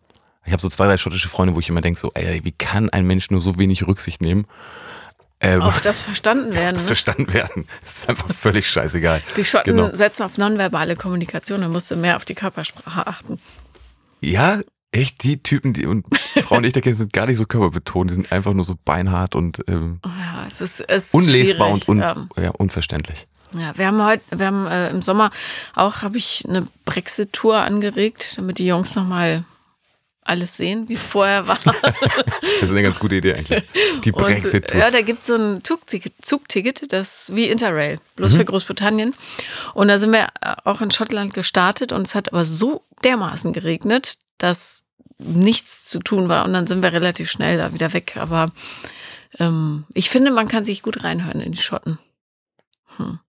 [SPEAKER 2] ich habe so zwei, drei schottische Freunde, wo ich immer denke, so, ey, wie kann ein Mensch nur so wenig Rücksicht nehmen? Ähm,
[SPEAKER 3] Auch das verstanden werden.
[SPEAKER 2] das
[SPEAKER 3] ne?
[SPEAKER 2] verstanden werden. Das ist einfach völlig scheißegal.
[SPEAKER 3] Die Schotten
[SPEAKER 2] Genau.
[SPEAKER 3] setzen auf nonverbale Kommunikation. Da musst du mehr auf die Körpersprache achten.
[SPEAKER 2] Ja, echt, die Typen, die und Frauen, die ich da kenne, sind gar nicht so körperbetont. Die sind einfach nur so beinhart und ähm,
[SPEAKER 3] Oh Ja, es ist, es ist
[SPEAKER 2] unlesbar und
[SPEAKER 3] schwierig,
[SPEAKER 2] un
[SPEAKER 3] ja.
[SPEAKER 2] ja, unverständlich.
[SPEAKER 3] Ja, wir haben heute, wir haben äh, im Sommer auch, habe ich eine Brexit-Tour angeregt, damit die Jungs nochmal alles sehen, wie es vorher war.
[SPEAKER 2] Das ist eine ganz gute Idee eigentlich. Die
[SPEAKER 3] Und,
[SPEAKER 2] Brexit-Tour.
[SPEAKER 3] Ja, da gibt es so ein Zugticket, Zugticket, das wie Interrail,
[SPEAKER 2] Mhm.
[SPEAKER 3] bloß für Großbritannien. Und da sind wir äh, auch in Schottland gestartet und es hat aber so dermaßen geregnet, dass nichts zu tun war. Und dann sind wir relativ schnell da wieder weg. Aber ähm, ich finde, man kann sich gut reinhören in die Schotten. Hm.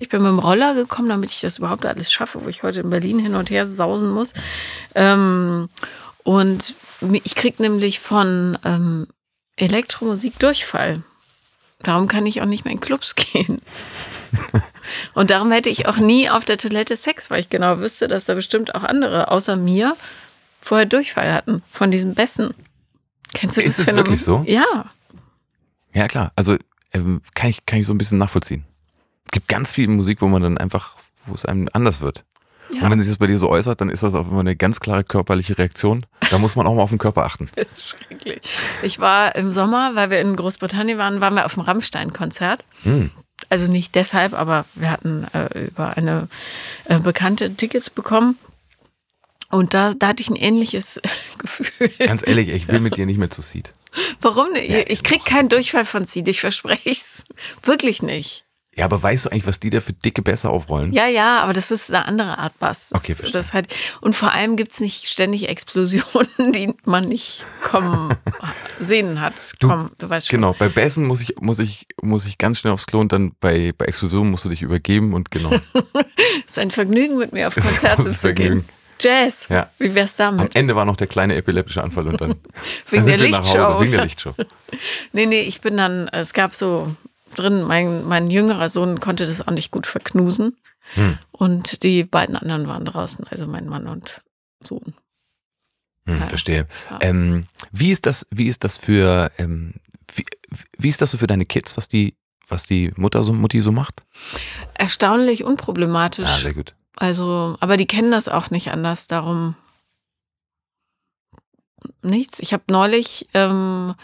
[SPEAKER 3] Ich bin mit dem Roller gekommen, damit ich das überhaupt alles schaffe, wo ich heute in Berlin hin und her sausen muss. Ähm, und mi- ich krieg nämlich von ähm, Elektromusik Durchfall. Darum kann ich auch nicht mehr in Clubs gehen. Und darum hätte ich auch nie auf der Toilette Sex, weil ich genau wüsste, dass da bestimmt auch andere außer mir vorher Durchfall hatten von diesen Bässen. Kennst du
[SPEAKER 2] Ist
[SPEAKER 3] das
[SPEAKER 2] es wirklich so?
[SPEAKER 3] Ja.
[SPEAKER 2] Ja, klar. Also ähm, kann, ich, kann ich so ein bisschen nachvollziehen. Es gibt ganz viel Musik, wo man dann einfach, wo es einem anders wird.
[SPEAKER 3] ja.
[SPEAKER 2] Und wenn sich das bei dir so äußert, dann ist das auch immer eine ganz klare körperliche Reaktion. Da muss man auch mal auf den Körper achten.
[SPEAKER 3] Das ist schrecklich. Ich war im Sommer, weil wir in Großbritannien waren, waren wir auf dem Rammstein-Konzert.
[SPEAKER 2] Hm.
[SPEAKER 3] Also nicht deshalb, aber wir hatten äh, über eine äh, Bekannte Tickets bekommen. Und da, da hatte ich ein ähnliches Gefühl.
[SPEAKER 2] Ganz ehrlich, ich will mit dir nicht mehr zu Seed.
[SPEAKER 3] Warum? nicht?
[SPEAKER 2] Ja,
[SPEAKER 3] ich krieg keinen Durchfall von Seed, ich verspreche es. Wirklich nicht.
[SPEAKER 2] Ja, aber weißt du eigentlich, was die da für dicke Besser aufrollen?
[SPEAKER 3] Ja, ja, aber das ist eine andere Art Bass. Das,
[SPEAKER 2] Okay, verstehe.
[SPEAKER 3] das hat, und vor allem gibt es nicht ständig Explosionen, die man nicht kommen sehen hat.
[SPEAKER 2] Du-
[SPEAKER 3] kommen, du weißt schon.
[SPEAKER 2] Genau, bei Bässen muss ich, muss ich, muss ich ganz schnell aufs Klo und dann bei, bei Explosionen musst du dich übergeben und genau.
[SPEAKER 3] Es ist ein Vergnügen, mit mir auf
[SPEAKER 2] Es ist ein
[SPEAKER 3] Konzerte
[SPEAKER 2] großes
[SPEAKER 3] zu gehen.
[SPEAKER 2] Vergnügen.
[SPEAKER 3] Jazz.
[SPEAKER 2] Ja.
[SPEAKER 3] Wie wär's
[SPEAKER 2] Am
[SPEAKER 3] damit?
[SPEAKER 2] Ende war noch der kleine epileptische Anfall und dann, dann
[SPEAKER 3] Wegen der
[SPEAKER 2] sind wir nach Hause.
[SPEAKER 3] Lichtshow.
[SPEAKER 2] Wegen der Lichtshow.
[SPEAKER 3] Nee, nee, ich bin dann, es gab so drin, mein, mein jüngerer Sohn konnte das auch nicht gut verknusen.
[SPEAKER 2] Hm,
[SPEAKER 3] Und die beiden anderen waren draußen, also mein Mann und Sohn.
[SPEAKER 2] Hm,
[SPEAKER 3] Ja.
[SPEAKER 2] Verstehe.
[SPEAKER 3] Ja.
[SPEAKER 2] Ähm, wie ist das, wie ist das für, ähm, wie, wie ist das so für deine Kids, was die, was die Mutter so, Mutti so macht?
[SPEAKER 3] Erstaunlich unproblematisch.
[SPEAKER 2] Ah, gut.
[SPEAKER 3] also, aber die kennen das auch nicht anders, darum nichts. Ich habe neulich, ähm,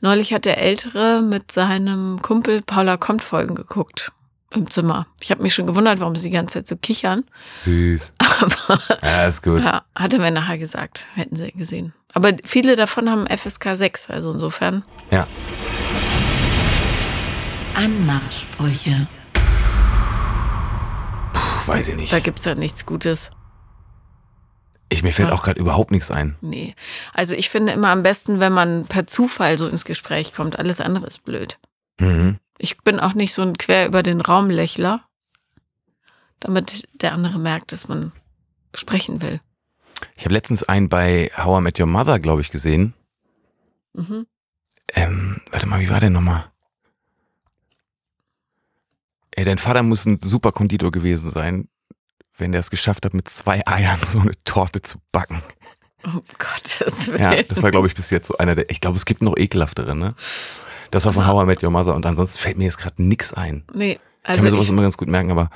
[SPEAKER 3] neulich hat der Ältere mit seinem Kumpel Paula kommt Folgen geguckt im Zimmer. Ich habe mich schon gewundert, warum sie die ganze Zeit so kichern.
[SPEAKER 2] Süß.
[SPEAKER 3] Aber
[SPEAKER 2] Ja, ist gut.
[SPEAKER 3] ja, hat er mir nachher gesagt, hätten sie gesehen. Aber viele davon haben FSK 6, also insofern.
[SPEAKER 2] Ja.
[SPEAKER 1] Anmachsprüche.
[SPEAKER 2] Puh, weiß ich nicht.
[SPEAKER 3] Da gibt's ja nichts Gutes.
[SPEAKER 2] Ich, mir fällt auch gerade überhaupt nichts ein.
[SPEAKER 3] Nee. Also ich finde immer am besten, wenn man per Zufall so ins Gespräch kommt. Alles andere ist blöd.
[SPEAKER 2] Mhm.
[SPEAKER 3] Ich bin auch nicht so ein quer über den Raum Lächler, damit der andere merkt, dass man sprechen will.
[SPEAKER 2] Ich habe letztens einen bei How I Met Your Mother, glaube ich, gesehen.
[SPEAKER 3] Mhm.
[SPEAKER 2] Ähm, warte mal, wie war der nochmal? Ey, dein Vater muss ein super Konditor gewesen sein, wenn der es geschafft hat, mit zwei Eiern so eine Torte zu backen.
[SPEAKER 3] Um Gottes Willen.
[SPEAKER 2] Ja, das war, glaube ich, bis jetzt so einer der. Ich glaube, es gibt noch ekelhaftere, ne? Das war von How I Met Your Mother und ansonsten fällt mir jetzt gerade nix ein.
[SPEAKER 3] nee,
[SPEAKER 2] Ich kann
[SPEAKER 3] also
[SPEAKER 2] mir sowas
[SPEAKER 3] ich,
[SPEAKER 2] immer ganz gut merken, aber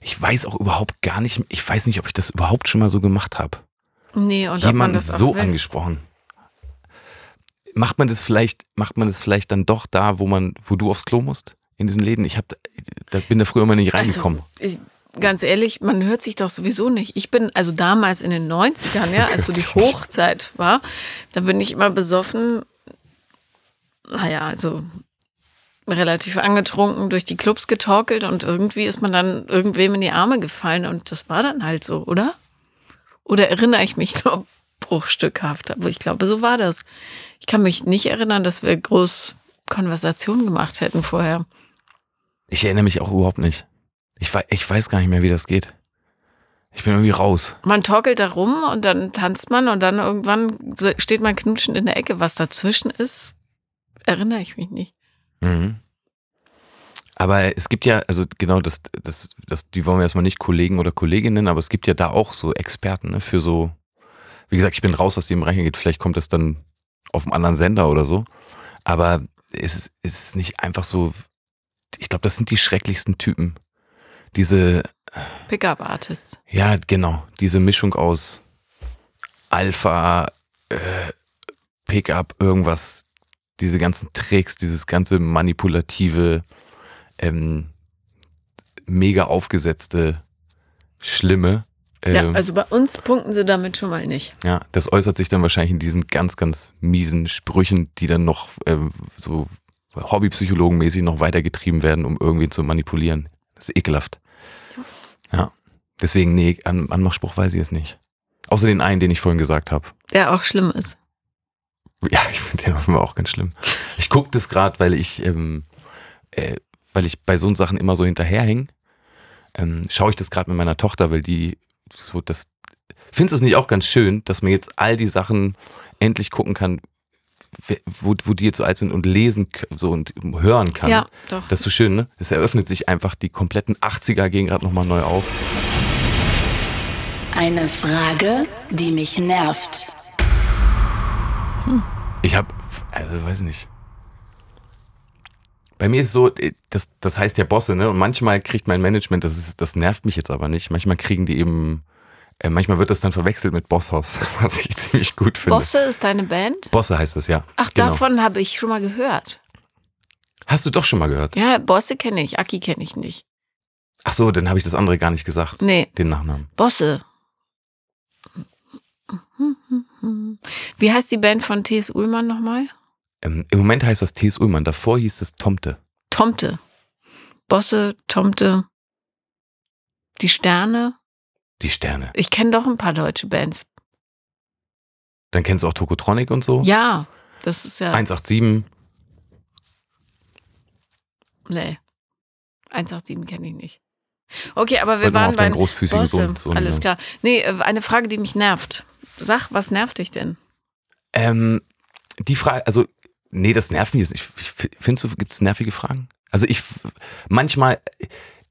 [SPEAKER 2] ich weiß auch überhaupt gar nicht, ich weiß nicht, ob ich das überhaupt schon mal so gemacht habe.
[SPEAKER 3] nee, und ob man
[SPEAKER 2] Jemand
[SPEAKER 3] das auch
[SPEAKER 2] so
[SPEAKER 3] will.
[SPEAKER 2] angesprochen. Macht man das vielleicht, macht man das vielleicht dann doch da, wo man, wo du aufs Klo musst? In diesen Läden? Ich hab, da bin da früher immer nicht reingekommen.
[SPEAKER 3] Also, ich, ganz ehrlich, man hört sich doch sowieso nicht. Ich bin also damals in den 90ern, ja, als so die Hochzeit war, da bin ich immer besoffen, naja, also relativ angetrunken durch die Clubs getorkelt und irgendwie ist man dann irgendwem in die Arme gefallen und das war dann halt so, oder? Oder erinnere ich mich nur bruchstückhaft, aber ich glaube, so war das. Ich kann mich nicht erinnern, dass wir groß Konversationen gemacht hätten vorher.
[SPEAKER 2] Ich erinnere mich auch überhaupt nicht. Ich, wei- ich weiß gar nicht mehr, wie das geht. Ich bin irgendwie raus.
[SPEAKER 3] Man torkelt da rum und dann tanzt man und dann irgendwann se- steht man knutschend in der Ecke. Was dazwischen ist, erinnere ich mich nicht.
[SPEAKER 2] Mhm. Aber es gibt ja, also genau, das, das, das, die wollen wir erstmal nicht Kollegen oder Kolleginnen, aber es gibt ja da auch so Experten ne, für so, wie gesagt, ich bin raus, was die im Bereich geht, vielleicht kommt das dann auf einem anderen Sender oder so. Aber es ist, es ist nicht einfach so, ich glaube, das sind die schrecklichsten Typen. Diese,
[SPEAKER 3] Pickup-Artists.
[SPEAKER 2] ja, genau, diese Mischung aus Alpha, äh, Pickup, irgendwas, diese ganzen Tricks, dieses ganze manipulative, ähm, mega aufgesetzte, schlimme.
[SPEAKER 3] Ja,
[SPEAKER 2] ähm,
[SPEAKER 3] also bei uns punkten sie damit schon mal nicht.
[SPEAKER 2] ja, das äußert sich dann wahrscheinlich in diesen ganz, ganz miesen Sprüchen, die dann noch ähm, so hobbypsychologenmäßig noch weitergetrieben werden, um irgendwen zu manipulieren. Das ist ekelhaft. Ja. Deswegen, nee, An Anmachspruch weiß ich es nicht. Außer den einen, den ich vorhin gesagt habe.
[SPEAKER 3] Der auch schlimm ist.
[SPEAKER 2] Ja, ich finde den offenbar auch ganz schlimm. Ich gucke das gerade, weil ich, ähm, äh, weil ich bei so Sachen immer so hinterherhänge. Ähm, Schaue ich das gerade mit meiner Tochter, weil die so das. Findest du es nicht auch ganz schön, dass man jetzt all die Sachen endlich gucken kann, we- wo, wo die jetzt so alt sind und lesen k- so und hören kann?
[SPEAKER 3] Ja, doch.
[SPEAKER 2] Das ist so schön, ne? Es eröffnet sich einfach, die kompletten 80er gehen gerade nochmal neu auf.
[SPEAKER 1] Eine Frage, die mich nervt.
[SPEAKER 2] Ich habe, also weiß nicht. Bei mir ist so, äh, das, das heißt ja Bosse, ne? Und manchmal kriegt mein Management, das, ist, das nervt mich jetzt aber nicht. Manchmal kriegen die eben, äh, manchmal wird das dann verwechselt mit Bosshaus, was ich ziemlich gut finde.
[SPEAKER 3] Bosse ist deine Band?
[SPEAKER 2] Bosse heißt es ja.
[SPEAKER 3] Ach,
[SPEAKER 2] Genau.
[SPEAKER 3] davon habe ich schon mal gehört.
[SPEAKER 2] Hast du doch schon mal gehört?
[SPEAKER 3] Ja, Bosse kenne ich, Aki kenne ich nicht.
[SPEAKER 2] Ach so, dann habe ich das andere gar nicht gesagt.
[SPEAKER 3] Nee,
[SPEAKER 2] Den Nachnamen.
[SPEAKER 3] Bosse. Wie heißt die Band von T.S. Ullmann nochmal?
[SPEAKER 2] Ähm, Im Moment heißt das T.S. Ullmann, davor hieß es Tomte.
[SPEAKER 3] Tomte. Bosse, Tomte, die Sterne.
[SPEAKER 2] Die Sterne.
[SPEAKER 3] Ich kenne doch ein paar deutsche Bands.
[SPEAKER 2] Dann kennst du auch Tokotronic und so.
[SPEAKER 3] Ja, das ist ja.
[SPEAKER 2] 187.
[SPEAKER 3] Nee. 187 kenne ich nicht. Okay, aber wir
[SPEAKER 2] Wollte mal
[SPEAKER 3] waren
[SPEAKER 2] auf
[SPEAKER 3] bei
[SPEAKER 2] deinen großfüßigen
[SPEAKER 3] Bosse.
[SPEAKER 2] Sohn. zu
[SPEAKER 3] Alles klar. Nee, äh, eine Frage, die mich nervt. Sag, was nervt dich denn?
[SPEAKER 2] Ähm, die Frage, also, nee, das nervt mich jetzt nicht. Ich, f- findest du, gibt es nervige Fragen? Also ich, f- manchmal,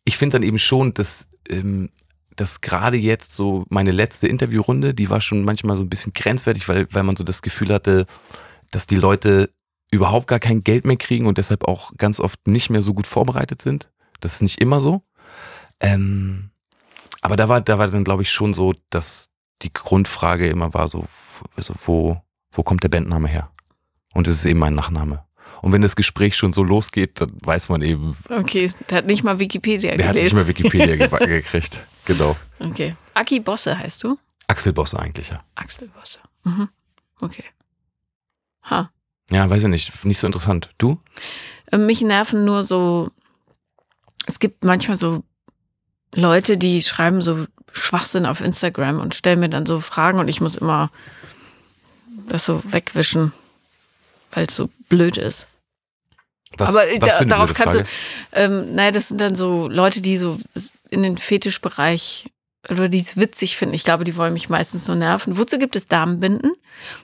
[SPEAKER 2] ich finde dann eben schon, dass, ähm, dass gerade jetzt so meine letzte Interviewrunde, die war schon manchmal so ein bisschen grenzwertig, weil, weil man so das Gefühl hatte, dass die Leute überhaupt gar kein Geld mehr kriegen und deshalb auch ganz oft nicht mehr so gut vorbereitet sind. Das ist nicht immer so. Ähm, aber da war, da war dann, glaube ich, schon so, dass die Grundfrage immer war so, f- also wo, wo kommt der Bandname her? Und es ist eben mein Nachname. Und wenn das Gespräch schon so losgeht, dann weiß man eben,
[SPEAKER 3] Okay, der hat nicht mal Wikipedia
[SPEAKER 2] der hat nicht
[SPEAKER 3] gelesen.
[SPEAKER 2] mehr Wikipedia ge- gekriegt. Genau.
[SPEAKER 3] okay. Aki Bosse heißt du?
[SPEAKER 2] Axel Bosse eigentlich, ja.
[SPEAKER 3] Axel Bosse. Mhm. Okay. Ha.
[SPEAKER 2] Ja, weiß ich nicht, nicht so interessant. Du?
[SPEAKER 3] Äh, Mich nerven nur so, es gibt manchmal so Leute, die schreiben so Schwachsinn auf Instagram und stellen mir dann so Fragen und ich muss immer das so wegwischen, weil es so blöd ist.
[SPEAKER 2] Was,
[SPEAKER 3] Aber äh,
[SPEAKER 2] was
[SPEAKER 3] da,
[SPEAKER 2] für eine
[SPEAKER 3] darauf
[SPEAKER 2] blöde
[SPEAKER 3] kannst
[SPEAKER 2] Frage?
[SPEAKER 3] du, ähm, naja, das sind dann so Leute, die so in den Fetischbereich oder die es witzig finden. Ich glaube, die wollen mich meistens nur nerven. Wozu gibt es Damenbinden?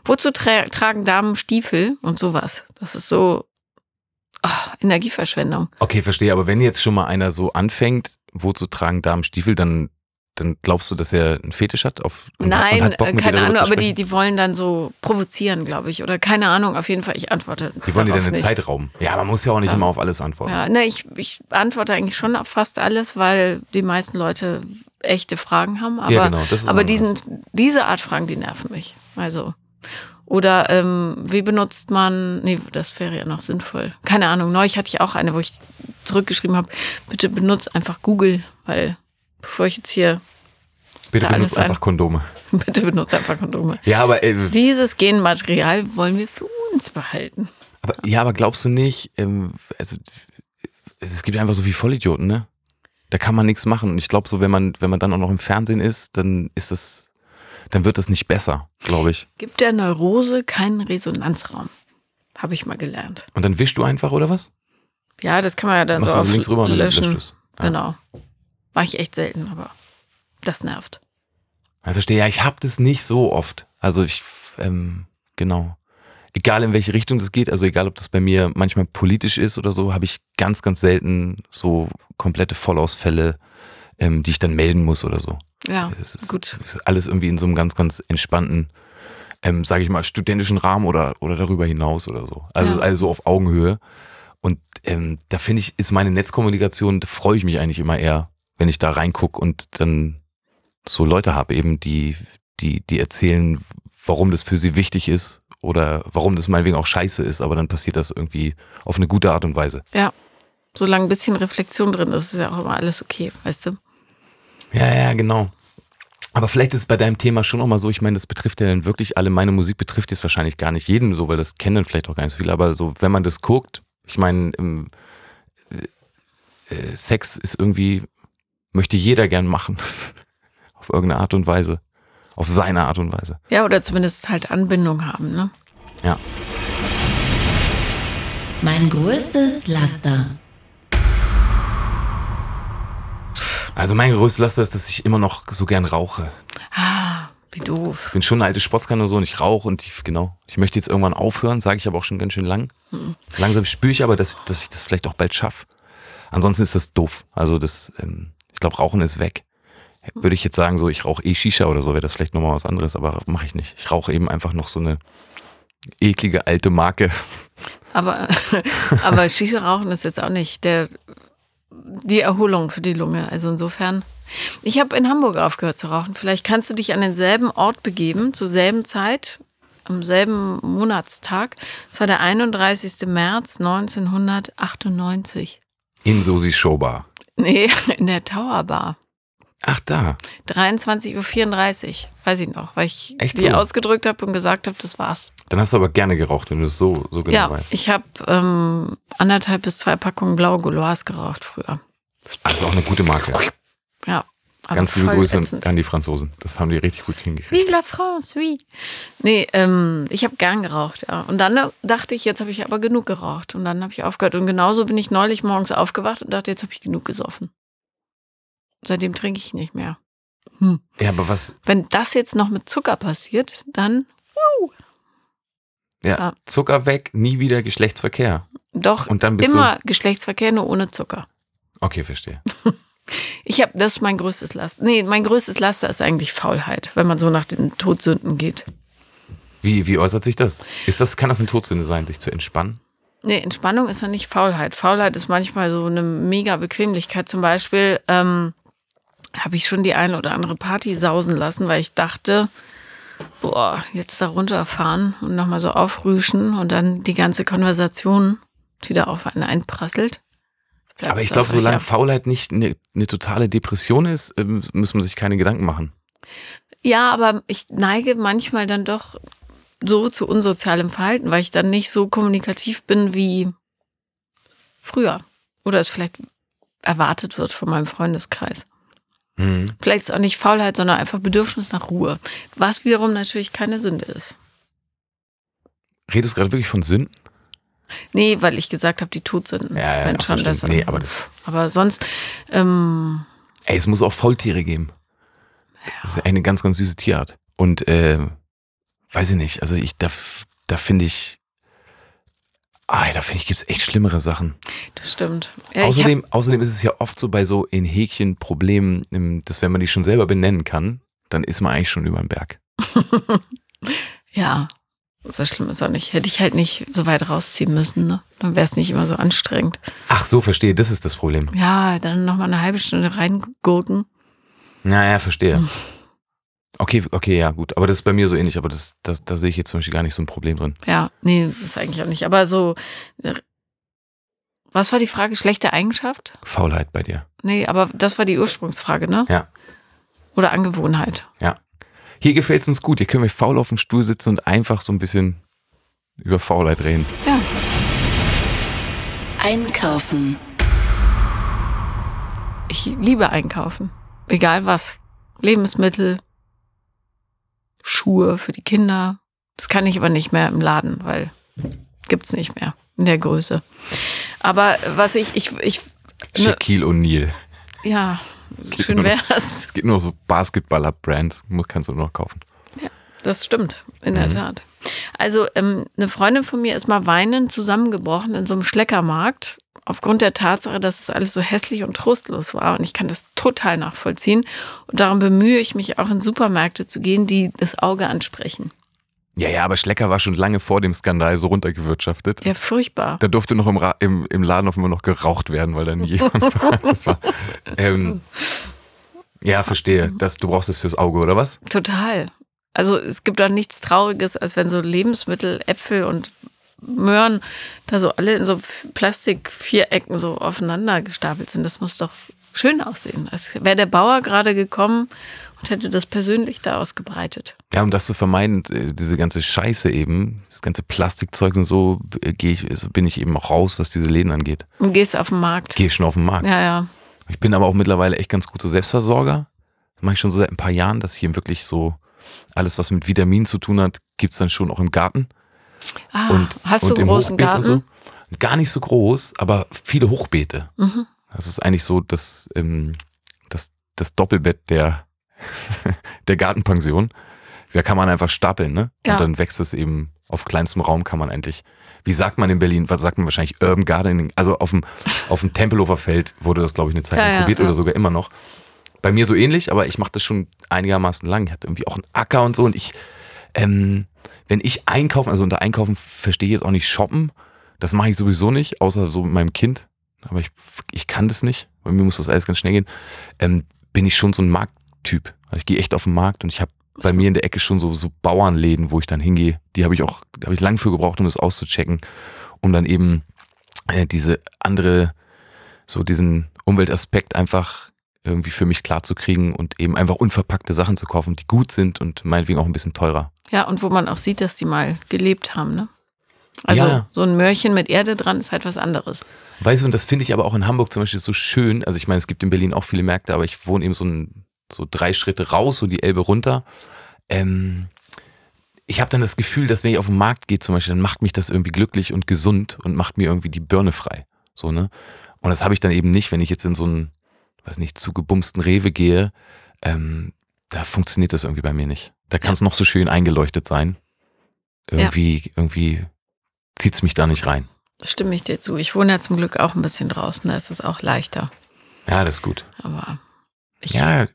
[SPEAKER 3] Wozu tra tragen Damen Stiefel und sowas? Das ist so, oh, Energieverschwendung.
[SPEAKER 2] Okay, verstehe. Aber wenn jetzt schon mal einer so anfängt, wozu tragen Damenstiefel, dann, dann glaubst du, dass er einen Fetisch hat? Auf, und hat- und
[SPEAKER 3] Nein,
[SPEAKER 2] hat Bock,
[SPEAKER 3] äh,
[SPEAKER 2] mit dir
[SPEAKER 3] keine
[SPEAKER 2] darüber
[SPEAKER 3] Ahnung,
[SPEAKER 2] zu
[SPEAKER 3] aber die,
[SPEAKER 2] sprechen?
[SPEAKER 3] die wollen dann so provozieren, glaube ich. Oder keine Ahnung, auf jeden Fall, ich antworte.
[SPEAKER 2] die wollen dir
[SPEAKER 3] darauf
[SPEAKER 2] dann den
[SPEAKER 3] nicht.
[SPEAKER 2] Zeitraum. Ja, man muss ja auch nicht immer auf alles antworten.
[SPEAKER 3] Ja, ne, ich, ich antworte eigentlich schon auf fast alles, weil die meisten Leute echte Fragen haben. Aber,
[SPEAKER 2] genau, das ist
[SPEAKER 3] aber
[SPEAKER 2] anders.
[SPEAKER 3] diesen, diese Art Fragen, die nerven mich. Also. Oder ähm, wie benutzt man, nee, das wäre ja noch sinnvoll. Keine Ahnung, neulich hatte ich auch eine, wo ich zurückgeschrieben habe, bitte benutzt einfach Google, weil bevor ich jetzt hier,
[SPEAKER 2] Bitte
[SPEAKER 3] da alles
[SPEAKER 2] benutzt einfach
[SPEAKER 3] ein-
[SPEAKER 2] Kondome.
[SPEAKER 3] bitte benutzt einfach Kondome.
[SPEAKER 2] Ja aber, äh,
[SPEAKER 3] Dieses Genmaterial wollen wir für uns behalten.
[SPEAKER 2] aber, ja, aber glaubst du nicht, ähm, also, es es gibt einfach so viele Vollidioten, ne? Da kann man nichts machen. Und ich glaube, so, wenn man, wenn man dann auch noch im Fernsehen ist, dann ist es, dann wird es nicht besser, glaube ich.
[SPEAKER 3] Gibt der Neurose keinen Resonanzraum? Habe ich mal gelernt.
[SPEAKER 2] Und dann wischst du einfach, oder was?
[SPEAKER 3] Ja, das kann man ja dann
[SPEAKER 2] Machst
[SPEAKER 3] so,
[SPEAKER 2] du so
[SPEAKER 3] auf
[SPEAKER 2] links rüber und dann
[SPEAKER 3] löschen.
[SPEAKER 2] löscht du's. Ja.
[SPEAKER 3] Genau. War ich echt selten, aber das nervt.
[SPEAKER 2] Ja, verstehe, ja, ich hab das nicht so oft. Also ich, ähm, genau. Egal in welche Richtung das geht, also egal ob das bei mir manchmal politisch ist oder so, habe ich ganz, ganz selten so komplette Vollausfälle, ähm, die ich dann melden muss oder so.
[SPEAKER 3] Ja,
[SPEAKER 2] Es ist,
[SPEAKER 3] gut.
[SPEAKER 2] Es ist alles irgendwie in so einem ganz, ganz entspannten, ähm, sage ich mal, studentischen Rahmen oder, oder darüber hinaus oder so. Also
[SPEAKER 3] Ja.
[SPEAKER 2] es ist alles so auf Augenhöhe. Und ähm, da finde ich, ist meine Netzkommunikation, da freue ich mich eigentlich immer eher, wenn ich da reingucke und dann so Leute habe eben, die, die, die erzählen, warum das für sie wichtig ist oder warum das meinetwegen auch scheiße ist, aber dann passiert das irgendwie auf eine gute Art und Weise.
[SPEAKER 3] Ja. Solange ein bisschen Reflexion drin ist, ist ja auch immer alles okay, weißt du?
[SPEAKER 2] Ja, ja, genau. Aber vielleicht ist es bei deinem Thema schon auch mal so, ich meine, das betrifft ja dann wirklich alle, meine Musik betrifft jetzt wahrscheinlich gar nicht jeden so, weil das kennen dann vielleicht auch gar nicht so viele, aber so, wenn man das guckt, ich meine, ähm, äh, äh, Sex ist irgendwie, möchte jeder gern machen. Auf irgendeine Art und Weise. Auf seine Art und Weise.
[SPEAKER 3] Ja, oder zumindest halt Anbindung haben, ne?
[SPEAKER 2] Ja.
[SPEAKER 1] Mein größtes Laster.
[SPEAKER 2] Also mein größtes Laster ist, dass ich immer noch so gern rauche.
[SPEAKER 3] Ah, wie
[SPEAKER 2] Ich
[SPEAKER 3] doof.
[SPEAKER 2] bin schon eine alte Sportskanne und so und ich rauche und ich, genau. Ich möchte jetzt irgendwann aufhören, sage ich aber auch schon ganz schön lang. Langsam spüre ich aber, dass, dass ich das vielleicht auch bald schaffe. Ansonsten ist das doof. Also das, ähm, ich glaube, Rauchen ist weg. Würde ich jetzt sagen, so ich rauche eh Shisha oder so, wäre das vielleicht nochmal was anderes, aber mache ich nicht. Ich rauche eben einfach noch so eine eklige alte Marke.
[SPEAKER 3] Aber, aber Shisha rauchen ist jetzt auch nicht der, die Erholung für die Lunge. Also insofern. Ich habe in Hamburg aufgehört zu rauchen. Vielleicht kannst du dich an denselben Ort begeben, zur selben Zeit, am selben Monatstag. Es war der 31. März 1998.
[SPEAKER 2] In Sosi Showbar.
[SPEAKER 3] Nee, in der Tower Bar.
[SPEAKER 2] Ach da.
[SPEAKER 3] 23.34 Uhr. Weiß ich noch, weil ich
[SPEAKER 2] Echt
[SPEAKER 3] die
[SPEAKER 2] so?
[SPEAKER 3] ausgedrückt habe und gesagt habe, das war's.
[SPEAKER 2] Dann hast du aber gerne geraucht, wenn du es so, so genau
[SPEAKER 3] ja,
[SPEAKER 2] weißt.
[SPEAKER 3] ich habe ähm, anderthalb bis zwei Packungen blaue Gouloirs geraucht früher.
[SPEAKER 2] Also auch eine gute Marke.
[SPEAKER 3] Ja. aber
[SPEAKER 2] Ganz liebe
[SPEAKER 3] voll
[SPEAKER 2] Grüße
[SPEAKER 3] ätzend.
[SPEAKER 2] an die Franzosen. Das haben die richtig gut hingekriegt.
[SPEAKER 3] Vive la France, oui. Nee, ähm, ich habe gern geraucht, ja. Und dann ne, dachte ich, jetzt habe ich aber genug geraucht. Und dann habe ich aufgehört. Und genauso bin ich neulich morgens aufgewacht und dachte, jetzt habe ich genug gesoffen. Seitdem trinke ich nicht mehr.
[SPEAKER 2] Ja, aber was,
[SPEAKER 3] Wenn das jetzt noch mit Zucker passiert, dann
[SPEAKER 2] Ja,
[SPEAKER 3] Ja.
[SPEAKER 2] Zucker weg, nie wieder Geschlechtsverkehr.
[SPEAKER 3] doch
[SPEAKER 2] Und dann bist
[SPEAKER 3] immer Geschlechtsverkehr, nur ohne Zucker.
[SPEAKER 2] du. Okay, verstehe.
[SPEAKER 3] Ich habe, das ist mein größtes Laster. Nee, mein größtes Laster ist eigentlich Faulheit, wenn man so nach den Todsünden geht.
[SPEAKER 2] Wie, wie äußert sich das? Ist das? Kann das eine Todsünde sein, sich zu entspannen?
[SPEAKER 3] Nee, Entspannung ist ja nicht Faulheit. Faulheit ist manchmal so eine mega Bequemlichkeit. Zum Beispiel ähm, habe ich schon die eine oder andere Party sausen lassen, weil ich dachte, boah, jetzt da runterfahren und nochmal so aufrüschen und dann die ganze Konversation, die da auf einen einprasselt. bleibt
[SPEAKER 2] Aber ich
[SPEAKER 3] es
[SPEAKER 2] glaube,
[SPEAKER 3] einfach,
[SPEAKER 2] solange
[SPEAKER 3] ja.
[SPEAKER 2] Faulheit nicht eine ne totale Depression ist, ähm, muss man sich keine Gedanken machen.
[SPEAKER 3] Ja, aber ich neige manchmal dann doch so zu unsozialem Verhalten, weil ich dann nicht so kommunikativ bin wie früher. Oder es vielleicht erwartet wird von meinem Freundeskreis.
[SPEAKER 2] Mhm.
[SPEAKER 3] Vielleicht ist es auch nicht Faulheit, sondern einfach Bedürfnis nach Ruhe. Was wiederum natürlich keine Sünde ist.
[SPEAKER 2] Redest du gerade wirklich von Sünden?
[SPEAKER 3] Nee, weil ich gesagt habe, die Todsünden. wenn
[SPEAKER 2] ach so,
[SPEAKER 3] schon
[SPEAKER 2] stimmt.
[SPEAKER 3] das.
[SPEAKER 2] nee, aber das.
[SPEAKER 3] Aber sonst, ähm,
[SPEAKER 2] Ey, es muss auch Faultiere geben. Das ist eine ganz, ganz süße Tierart. Und äh, weiß ich nicht, also ich, da, f- da finde ich Ah, da finde ich, gibt es echt schlimmere Sachen.
[SPEAKER 3] Das stimmt. Ja, ich
[SPEAKER 2] außerdem, außerdem ist es ja oft so bei so in Häkchen Problemen, ähm, dass wenn man die schon selber benennen kann, dann ist man eigentlich schon über den Berg.
[SPEAKER 3] hab, ja, so schlimm ist auch nicht. Hätte ich halt nicht so weit rausziehen müssen, ne? Dann wäre es nicht immer so anstrengend.
[SPEAKER 2] Ach so, verstehe, das ist das Problem.
[SPEAKER 3] Ja, dann nochmal eine halbe Stunde reingurken.
[SPEAKER 2] Naja, verstehe. Okay, okay, ja, gut. Aber das ist bei mir so ähnlich, aber das, das, da sehe ich jetzt zum Beispiel gar nicht so ein Problem drin.
[SPEAKER 3] Ja, nee, ist eigentlich auch nicht. Aber so, äh, was war die Frage? Schlechte Eigenschaft?
[SPEAKER 2] Faulheit bei dir.
[SPEAKER 3] Nee, aber das war die Ursprungsfrage, ne?
[SPEAKER 2] Ja.
[SPEAKER 3] Oder Angewohnheit.
[SPEAKER 2] Ja. Hier gefällt es uns gut. Hier können wir faul auf dem Stuhl sitzen und einfach so ein bisschen über Faulheit reden.
[SPEAKER 3] Ja.
[SPEAKER 1] Einkaufen.
[SPEAKER 3] Ich liebe einkaufen. Egal was. Lebensmittel, Schuhe für die Kinder. Das kann ich aber nicht mehr im Laden, weil gibt's nicht mehr in der Größe. Aber was ich, ich, ich, ne,
[SPEAKER 2] Shaquille O'Neal.
[SPEAKER 3] ja,
[SPEAKER 2] Geht
[SPEAKER 3] schön
[SPEAKER 2] nur
[SPEAKER 3] wäre das.
[SPEAKER 2] Es gibt nur so Basketballer-Brands, mu- kannst du nur noch kaufen.
[SPEAKER 3] Das stimmt, in der Tat. Also ähm, eine Freundin von mir ist mal weinend zusammengebrochen in so einem Schleckermarkt. Aufgrund der Tatsache, dass es alles so hässlich und trostlos war. Und ich kann das total nachvollziehen. Und darum bemühe ich mich auch in Supermärkte zu gehen, die das Auge ansprechen.
[SPEAKER 2] Ja, ja, aber Schlecker war schon lange vor dem Skandal so runtergewirtschaftet.
[SPEAKER 3] Ja, furchtbar.
[SPEAKER 2] Da durfte noch im, Ra im, im Laden offenbar noch geraucht werden, weil dann jemand war. Das war ähm, ja, verstehe.
[SPEAKER 3] Mhm.
[SPEAKER 2] Das, du brauchst es fürs Auge, oder was?
[SPEAKER 3] Total. Also es gibt da nichts Trauriges, als wenn so Lebensmittel, Äpfel und Möhren da so alle in so Plastikvierecken so aufeinander gestapelt sind. Das muss doch schön aussehen. Als wäre der Bauer gerade gekommen und hätte das persönlich da ausgebreitet.
[SPEAKER 2] Ja, um das zu vermeiden, äh, diese ganze Scheiße eben, das ganze Plastikzeug und so, äh, gehe ich, also bin ich eben auch raus, was diese Läden angeht.
[SPEAKER 3] Und gehst auf den Markt.
[SPEAKER 2] Gehe schon auf den Markt.
[SPEAKER 3] Ja, ja.
[SPEAKER 2] Ich bin aber auch mittlerweile echt ganz guter Selbstversorger. Das mache ich schon so seit ein paar Jahren, dass hier wirklich so alles, was mit Vitaminen zu tun hat, gibt's dann schon auch im Garten.
[SPEAKER 3] Ah,
[SPEAKER 2] und,
[SPEAKER 3] hast
[SPEAKER 2] und
[SPEAKER 3] du einen
[SPEAKER 2] im
[SPEAKER 3] großen
[SPEAKER 2] Hochbeet
[SPEAKER 3] Garten?
[SPEAKER 2] und so. Gar nicht so groß, aber viele Hochbeete.
[SPEAKER 3] Mhm.
[SPEAKER 2] Das ist eigentlich so das, ähm, das, das Doppelbett der, der Gartenpension. Da kann man einfach stapeln, ne?
[SPEAKER 3] Ja.
[SPEAKER 2] Und dann wächst es eben auf kleinstem Raum kann man eigentlich, wie sagt man in Berlin, was sagt man wahrscheinlich Urban Gardening, also auf dem, auf dem Tempelhofer Feld wurde das, glaube ich, eine Zeit
[SPEAKER 3] Ja,
[SPEAKER 2] lang
[SPEAKER 3] ja,
[SPEAKER 2] probiert
[SPEAKER 3] ja.
[SPEAKER 2] oder sogar immer noch. Bei mir so ähnlich, aber ich mache das schon einigermaßen lang. Ich hatte irgendwie auch einen Acker und so und ich, ähm, wenn ich einkaufen, also unter Einkaufen verstehe ich jetzt auch nicht shoppen. Das mache ich sowieso nicht, außer so mit meinem Kind. Aber ich, ich kann das nicht. Bei mir muss das alles ganz schnell gehen. Ähm, bin ich schon so ein Markttyp. Also ich gehe echt auf den Markt und ich habe bei mir in der Ecke schon so, so Bauernläden, wo ich dann hingehe. Die habe ich auch, da habe ich lang für gebraucht, um das auszuchecken, um dann eben äh, diese andere, so diesen Umweltaspekt einfach irgendwie für mich klar zu kriegen und eben einfach unverpackte Sachen zu kaufen, die gut sind und meinetwegen auch ein bisschen teurer.
[SPEAKER 3] Ja, und wo man auch sieht, dass die mal gelebt haben, ne? Also
[SPEAKER 2] Ah, Ja.
[SPEAKER 3] so ein Möhrchen mit Erde dran ist halt was anderes.
[SPEAKER 2] Weißt du, und das finde ich aber auch in Hamburg zum Beispiel so schön. Also ich meine, es gibt in Berlin auch viele Märkte, aber ich wohne eben so, ein, so drei Schritte raus, so die Elbe runter. Ähm, ich habe dann das Gefühl, dass wenn ich auf den Markt gehe zum Beispiel, dann macht mich das irgendwie glücklich und gesund und macht mir irgendwie die Birne frei. So, ne? Und das habe ich dann eben nicht, wenn ich jetzt in so einen, weiß nicht, zugebumsten Rewe gehe. Ähm, da funktioniert das irgendwie bei mir nicht. Da kann es noch so schön eingeleuchtet sein. Irgendwie, irgendwie zieht es mich da nicht rein.
[SPEAKER 3] Stimme ich dir zu. Ich wohne ja zum Glück auch ein bisschen draußen, da ist es auch leichter.
[SPEAKER 2] Ja, das ist gut.
[SPEAKER 3] Aber
[SPEAKER 2] Ja,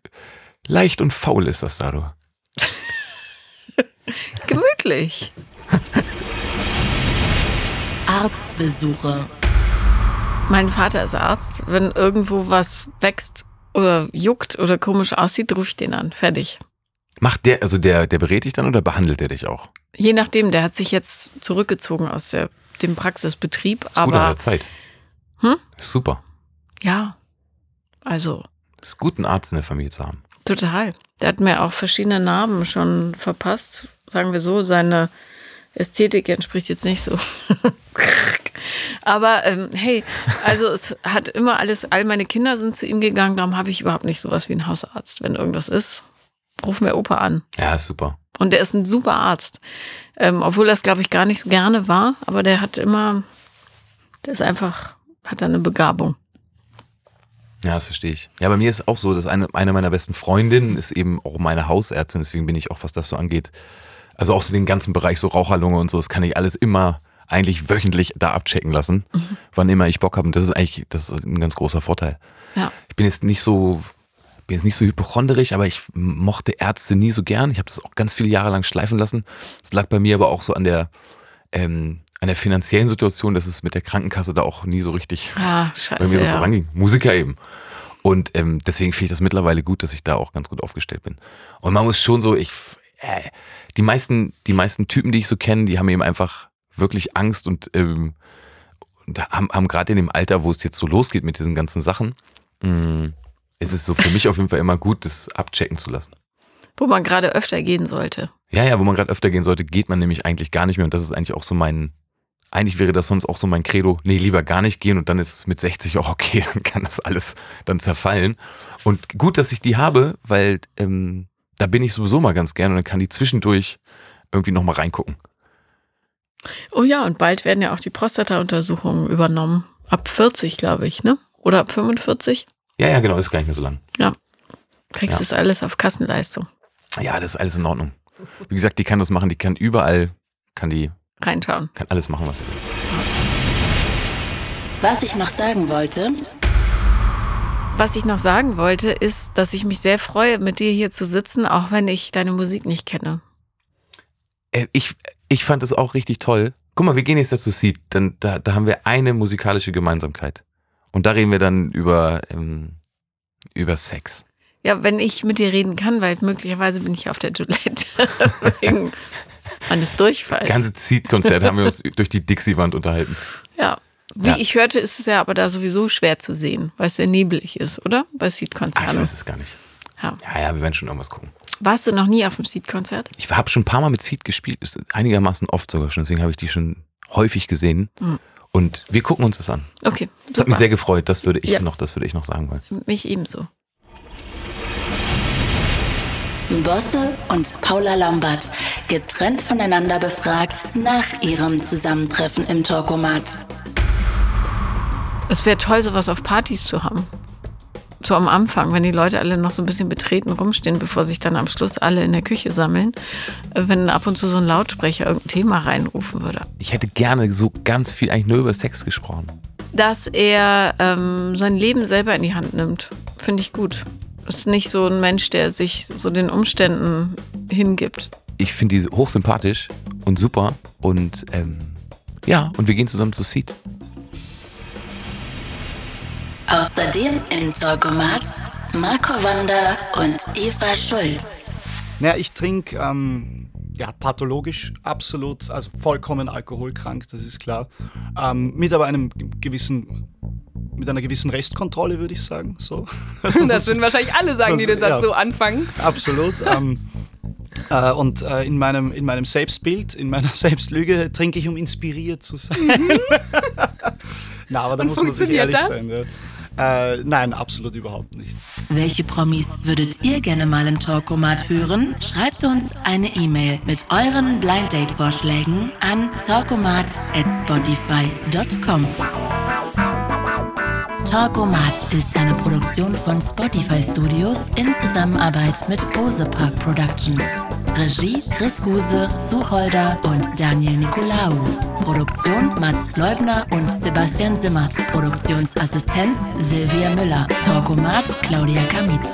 [SPEAKER 2] leicht und faul ist das da, du.
[SPEAKER 3] gemütlich.
[SPEAKER 1] Arztbesuche.
[SPEAKER 3] mein Vater ist Arzt. Wenn irgendwo was wächst oder juckt oder komisch aussieht, rufe ich den an. Fertig.
[SPEAKER 2] Macht der, also der, der berät dich dann oder behandelt er dich auch?
[SPEAKER 3] Je nachdem, der hat sich jetzt zurückgezogen aus der, dem Praxisbetrieb.
[SPEAKER 2] Ist gut an
[SPEAKER 3] aber
[SPEAKER 2] der Zeit.
[SPEAKER 3] Hm?
[SPEAKER 2] Ist super.
[SPEAKER 3] ja, also
[SPEAKER 2] Ist gut, einen Arzt in der Familie zu haben.
[SPEAKER 3] Total. Der hat mir auch verschiedene Narben schon verpasst. Sagen wir so, seine Ästhetik entspricht jetzt nicht so. Aber ähm, hey, also es hat immer alles, all meine Kinder sind zu ihm gegangen, darum habe ich überhaupt nicht sowas wie einen Hausarzt. Wenn irgendwas ist, ruf mir Opa an.
[SPEAKER 2] Ja, ist super.
[SPEAKER 3] Und der ist ein super Arzt. Ähm, obwohl das, glaube ich, gar nicht so gerne war, aber der hat immer, der ist einfach, hat da eine Begabung.
[SPEAKER 2] Ja, das verstehe ich. Ja, bei mir ist auch so, dass eine, eine meiner besten Freundinnen ist eben auch meine Hausärztin, deswegen bin ich auch, was das so angeht. Also auch so den ganzen Bereich, so Raucherlunge und so, das kann ich alles immer eigentlich wöchentlich da abchecken lassen,
[SPEAKER 3] Mhm.
[SPEAKER 2] wann immer ich Bock habe. Und das ist eigentlich, das ist ein ganz großer Vorteil.
[SPEAKER 3] Ja.
[SPEAKER 2] Ich bin jetzt nicht so, bin jetzt nicht so hypochonderisch, aber ich mochte Ärzte nie so gern. Ich habe das auch ganz viele Jahre lang schleifen lassen. Das lag bei mir aber auch so an der, ähm, an der finanziellen Situation, dass es mit der Krankenkasse da auch nie so richtig
[SPEAKER 3] Ah,
[SPEAKER 2] bei
[SPEAKER 3] scheiße.
[SPEAKER 2] mir so
[SPEAKER 3] ja.
[SPEAKER 2] voranging. Musiker eben. Und ähm, deswegen finde ich das mittlerweile gut, dass ich da auch ganz gut aufgestellt bin. Und man muss schon so, ich, f- äh, die meisten, die meisten Typen, die ich so kenne, die haben eben einfach wirklich Angst und, ähm, und haben, haben gerade in dem Alter, wo es jetzt so losgeht mit diesen ganzen Sachen, mh, ist es so für mich auf jeden Fall immer gut, das abchecken zu lassen.
[SPEAKER 3] Wo man gerade öfter gehen sollte.
[SPEAKER 2] Ja, ja, wo man gerade öfter gehen sollte, geht man nämlich eigentlich gar nicht mehr. Und das ist eigentlich auch so mein, eigentlich wäre das sonst auch so mein Credo, nee, lieber gar nicht gehen und dann ist es mit 60 auch okay, dann kann das alles dann zerfallen. Und gut, dass ich die habe, weil ähm, da bin ich sowieso mal ganz gern und dann kann die zwischendurch irgendwie nochmal reingucken.
[SPEAKER 3] Oh ja, und bald werden ja auch die Prostata-Untersuchungen übernommen. Ab 40, glaube ich, ne? Oder ab 45?
[SPEAKER 2] Ja, ja, genau, ist gar nicht mehr so lang.
[SPEAKER 3] Kriegst
[SPEAKER 2] Ja.
[SPEAKER 3] das alles auf Kassenleistung.
[SPEAKER 2] Ja, das ist alles in Ordnung. Wie gesagt, die kann das machen, die kann überall, kann die,
[SPEAKER 3] Reinschauen.
[SPEAKER 2] kann alles machen, was sie will.
[SPEAKER 1] Was ich noch sagen wollte,
[SPEAKER 3] Was ich noch sagen wollte, ist, dass ich mich sehr freue, mit dir hier zu sitzen, auch wenn ich deine Musik nicht kenne.
[SPEAKER 2] Äh, ich, ich fand es auch richtig toll. Guck mal, wir gehen jetzt dazu Seed, dann da, da haben wir eine musikalische Gemeinsamkeit. Und da reden wir dann über, ähm, über Sex.
[SPEAKER 3] Ja, wenn ich mit dir reden kann, weil möglicherweise bin ich auf der Toilette wegen meines
[SPEAKER 2] Das
[SPEAKER 3] Durchfalls.
[SPEAKER 2] ganze Seed-Konzert haben wir uns durch die Dixie-Wand unterhalten. Ah,
[SPEAKER 3] ja. Wie
[SPEAKER 2] Ja.
[SPEAKER 3] ich hörte, ist es ja aber da sowieso schwer zu sehen, weil es sehr nebelig ist, oder?
[SPEAKER 2] Ah,
[SPEAKER 3] Bei
[SPEAKER 2] ich
[SPEAKER 3] Seed-Konzerten.
[SPEAKER 2] weiß es gar nicht.
[SPEAKER 3] Ja.
[SPEAKER 2] Ja, ja, wir werden schon irgendwas gucken.
[SPEAKER 3] Warst du noch nie auf einem Seed-Konzert?
[SPEAKER 2] Ich habe schon ein paar Mal mit Seed gespielt, ist einigermaßen oft sogar schon, deswegen habe ich die schon häufig gesehen.
[SPEAKER 3] Mhm.
[SPEAKER 2] Und wir gucken uns das an.
[SPEAKER 3] Okay.
[SPEAKER 2] Das hat mich sehr gefreut, das würde ich
[SPEAKER 3] Ja.
[SPEAKER 2] noch, das würde ich noch sagen wollen.
[SPEAKER 3] mich ebenso.
[SPEAKER 1] Bosse und Paula Lambert, getrennt voneinander befragt nach ihrem Zusammentreffen im Talkomat.
[SPEAKER 3] Es wäre toll, sowas auf Partys zu haben. So am Anfang, wenn die Leute alle noch so ein bisschen betreten rumstehen, bevor sich dann am Schluss alle in der Küche sammeln. Äh, Wenn ab und zu so ein Lautsprecher irgendein Thema reinrufen würde.
[SPEAKER 2] Ich hätte gerne so ganz viel eigentlich nur über Sex gesprochen.
[SPEAKER 3] Dass er ähm, sein Leben selber in die Hand nimmt, finde ich gut. Ist nicht so ein Mensch, der sich so den Umständen hingibt.
[SPEAKER 2] ich finde die hochsympathisch und super und ähm, ja, und wir gehen zusammen zu Seed.
[SPEAKER 1] Außerdem im Talkomat Marco Wander und Eva Schulz.
[SPEAKER 4] Naja, ich trinke ähm, ja, pathologisch, absolut, also vollkommen alkoholkrank, das ist klar. Ähm, mit aber einem gewissen, mit einer gewissen Restkontrolle, würde ich sagen. So.
[SPEAKER 5] Das würden wahrscheinlich alle sagen, die den Satz
[SPEAKER 4] Ja.
[SPEAKER 5] so anfangen.
[SPEAKER 4] Absolut. Ähm, äh, und äh, in, meinem, in meinem Selbstbild, in meiner Selbstlüge trinke ich, um inspiriert zu sein. Na, aber da
[SPEAKER 5] Mhm. Und
[SPEAKER 4] muss man sich
[SPEAKER 5] funktioniert
[SPEAKER 4] ehrlich
[SPEAKER 5] das?
[SPEAKER 4] sein. Ja. Äh, nein, absolut überhaupt nicht.
[SPEAKER 1] Welche Promis würdet ihr gerne mal im Talkomat hören? Schreibt uns eine E-Mail mit euren Blind Date Vorschlägen an talkomat@spotify.com. Talkomat ist eine Produktion von Spotify Studios in Zusammenarbeit mit Bose Park Productions. Regie Chris Guse, Suholder und Daniel Nicolaou. Produktion Mats Leubner und Sebastian Simmert. Produktionsassistenz Silvia Müller. Talkomat Claudia Kamit.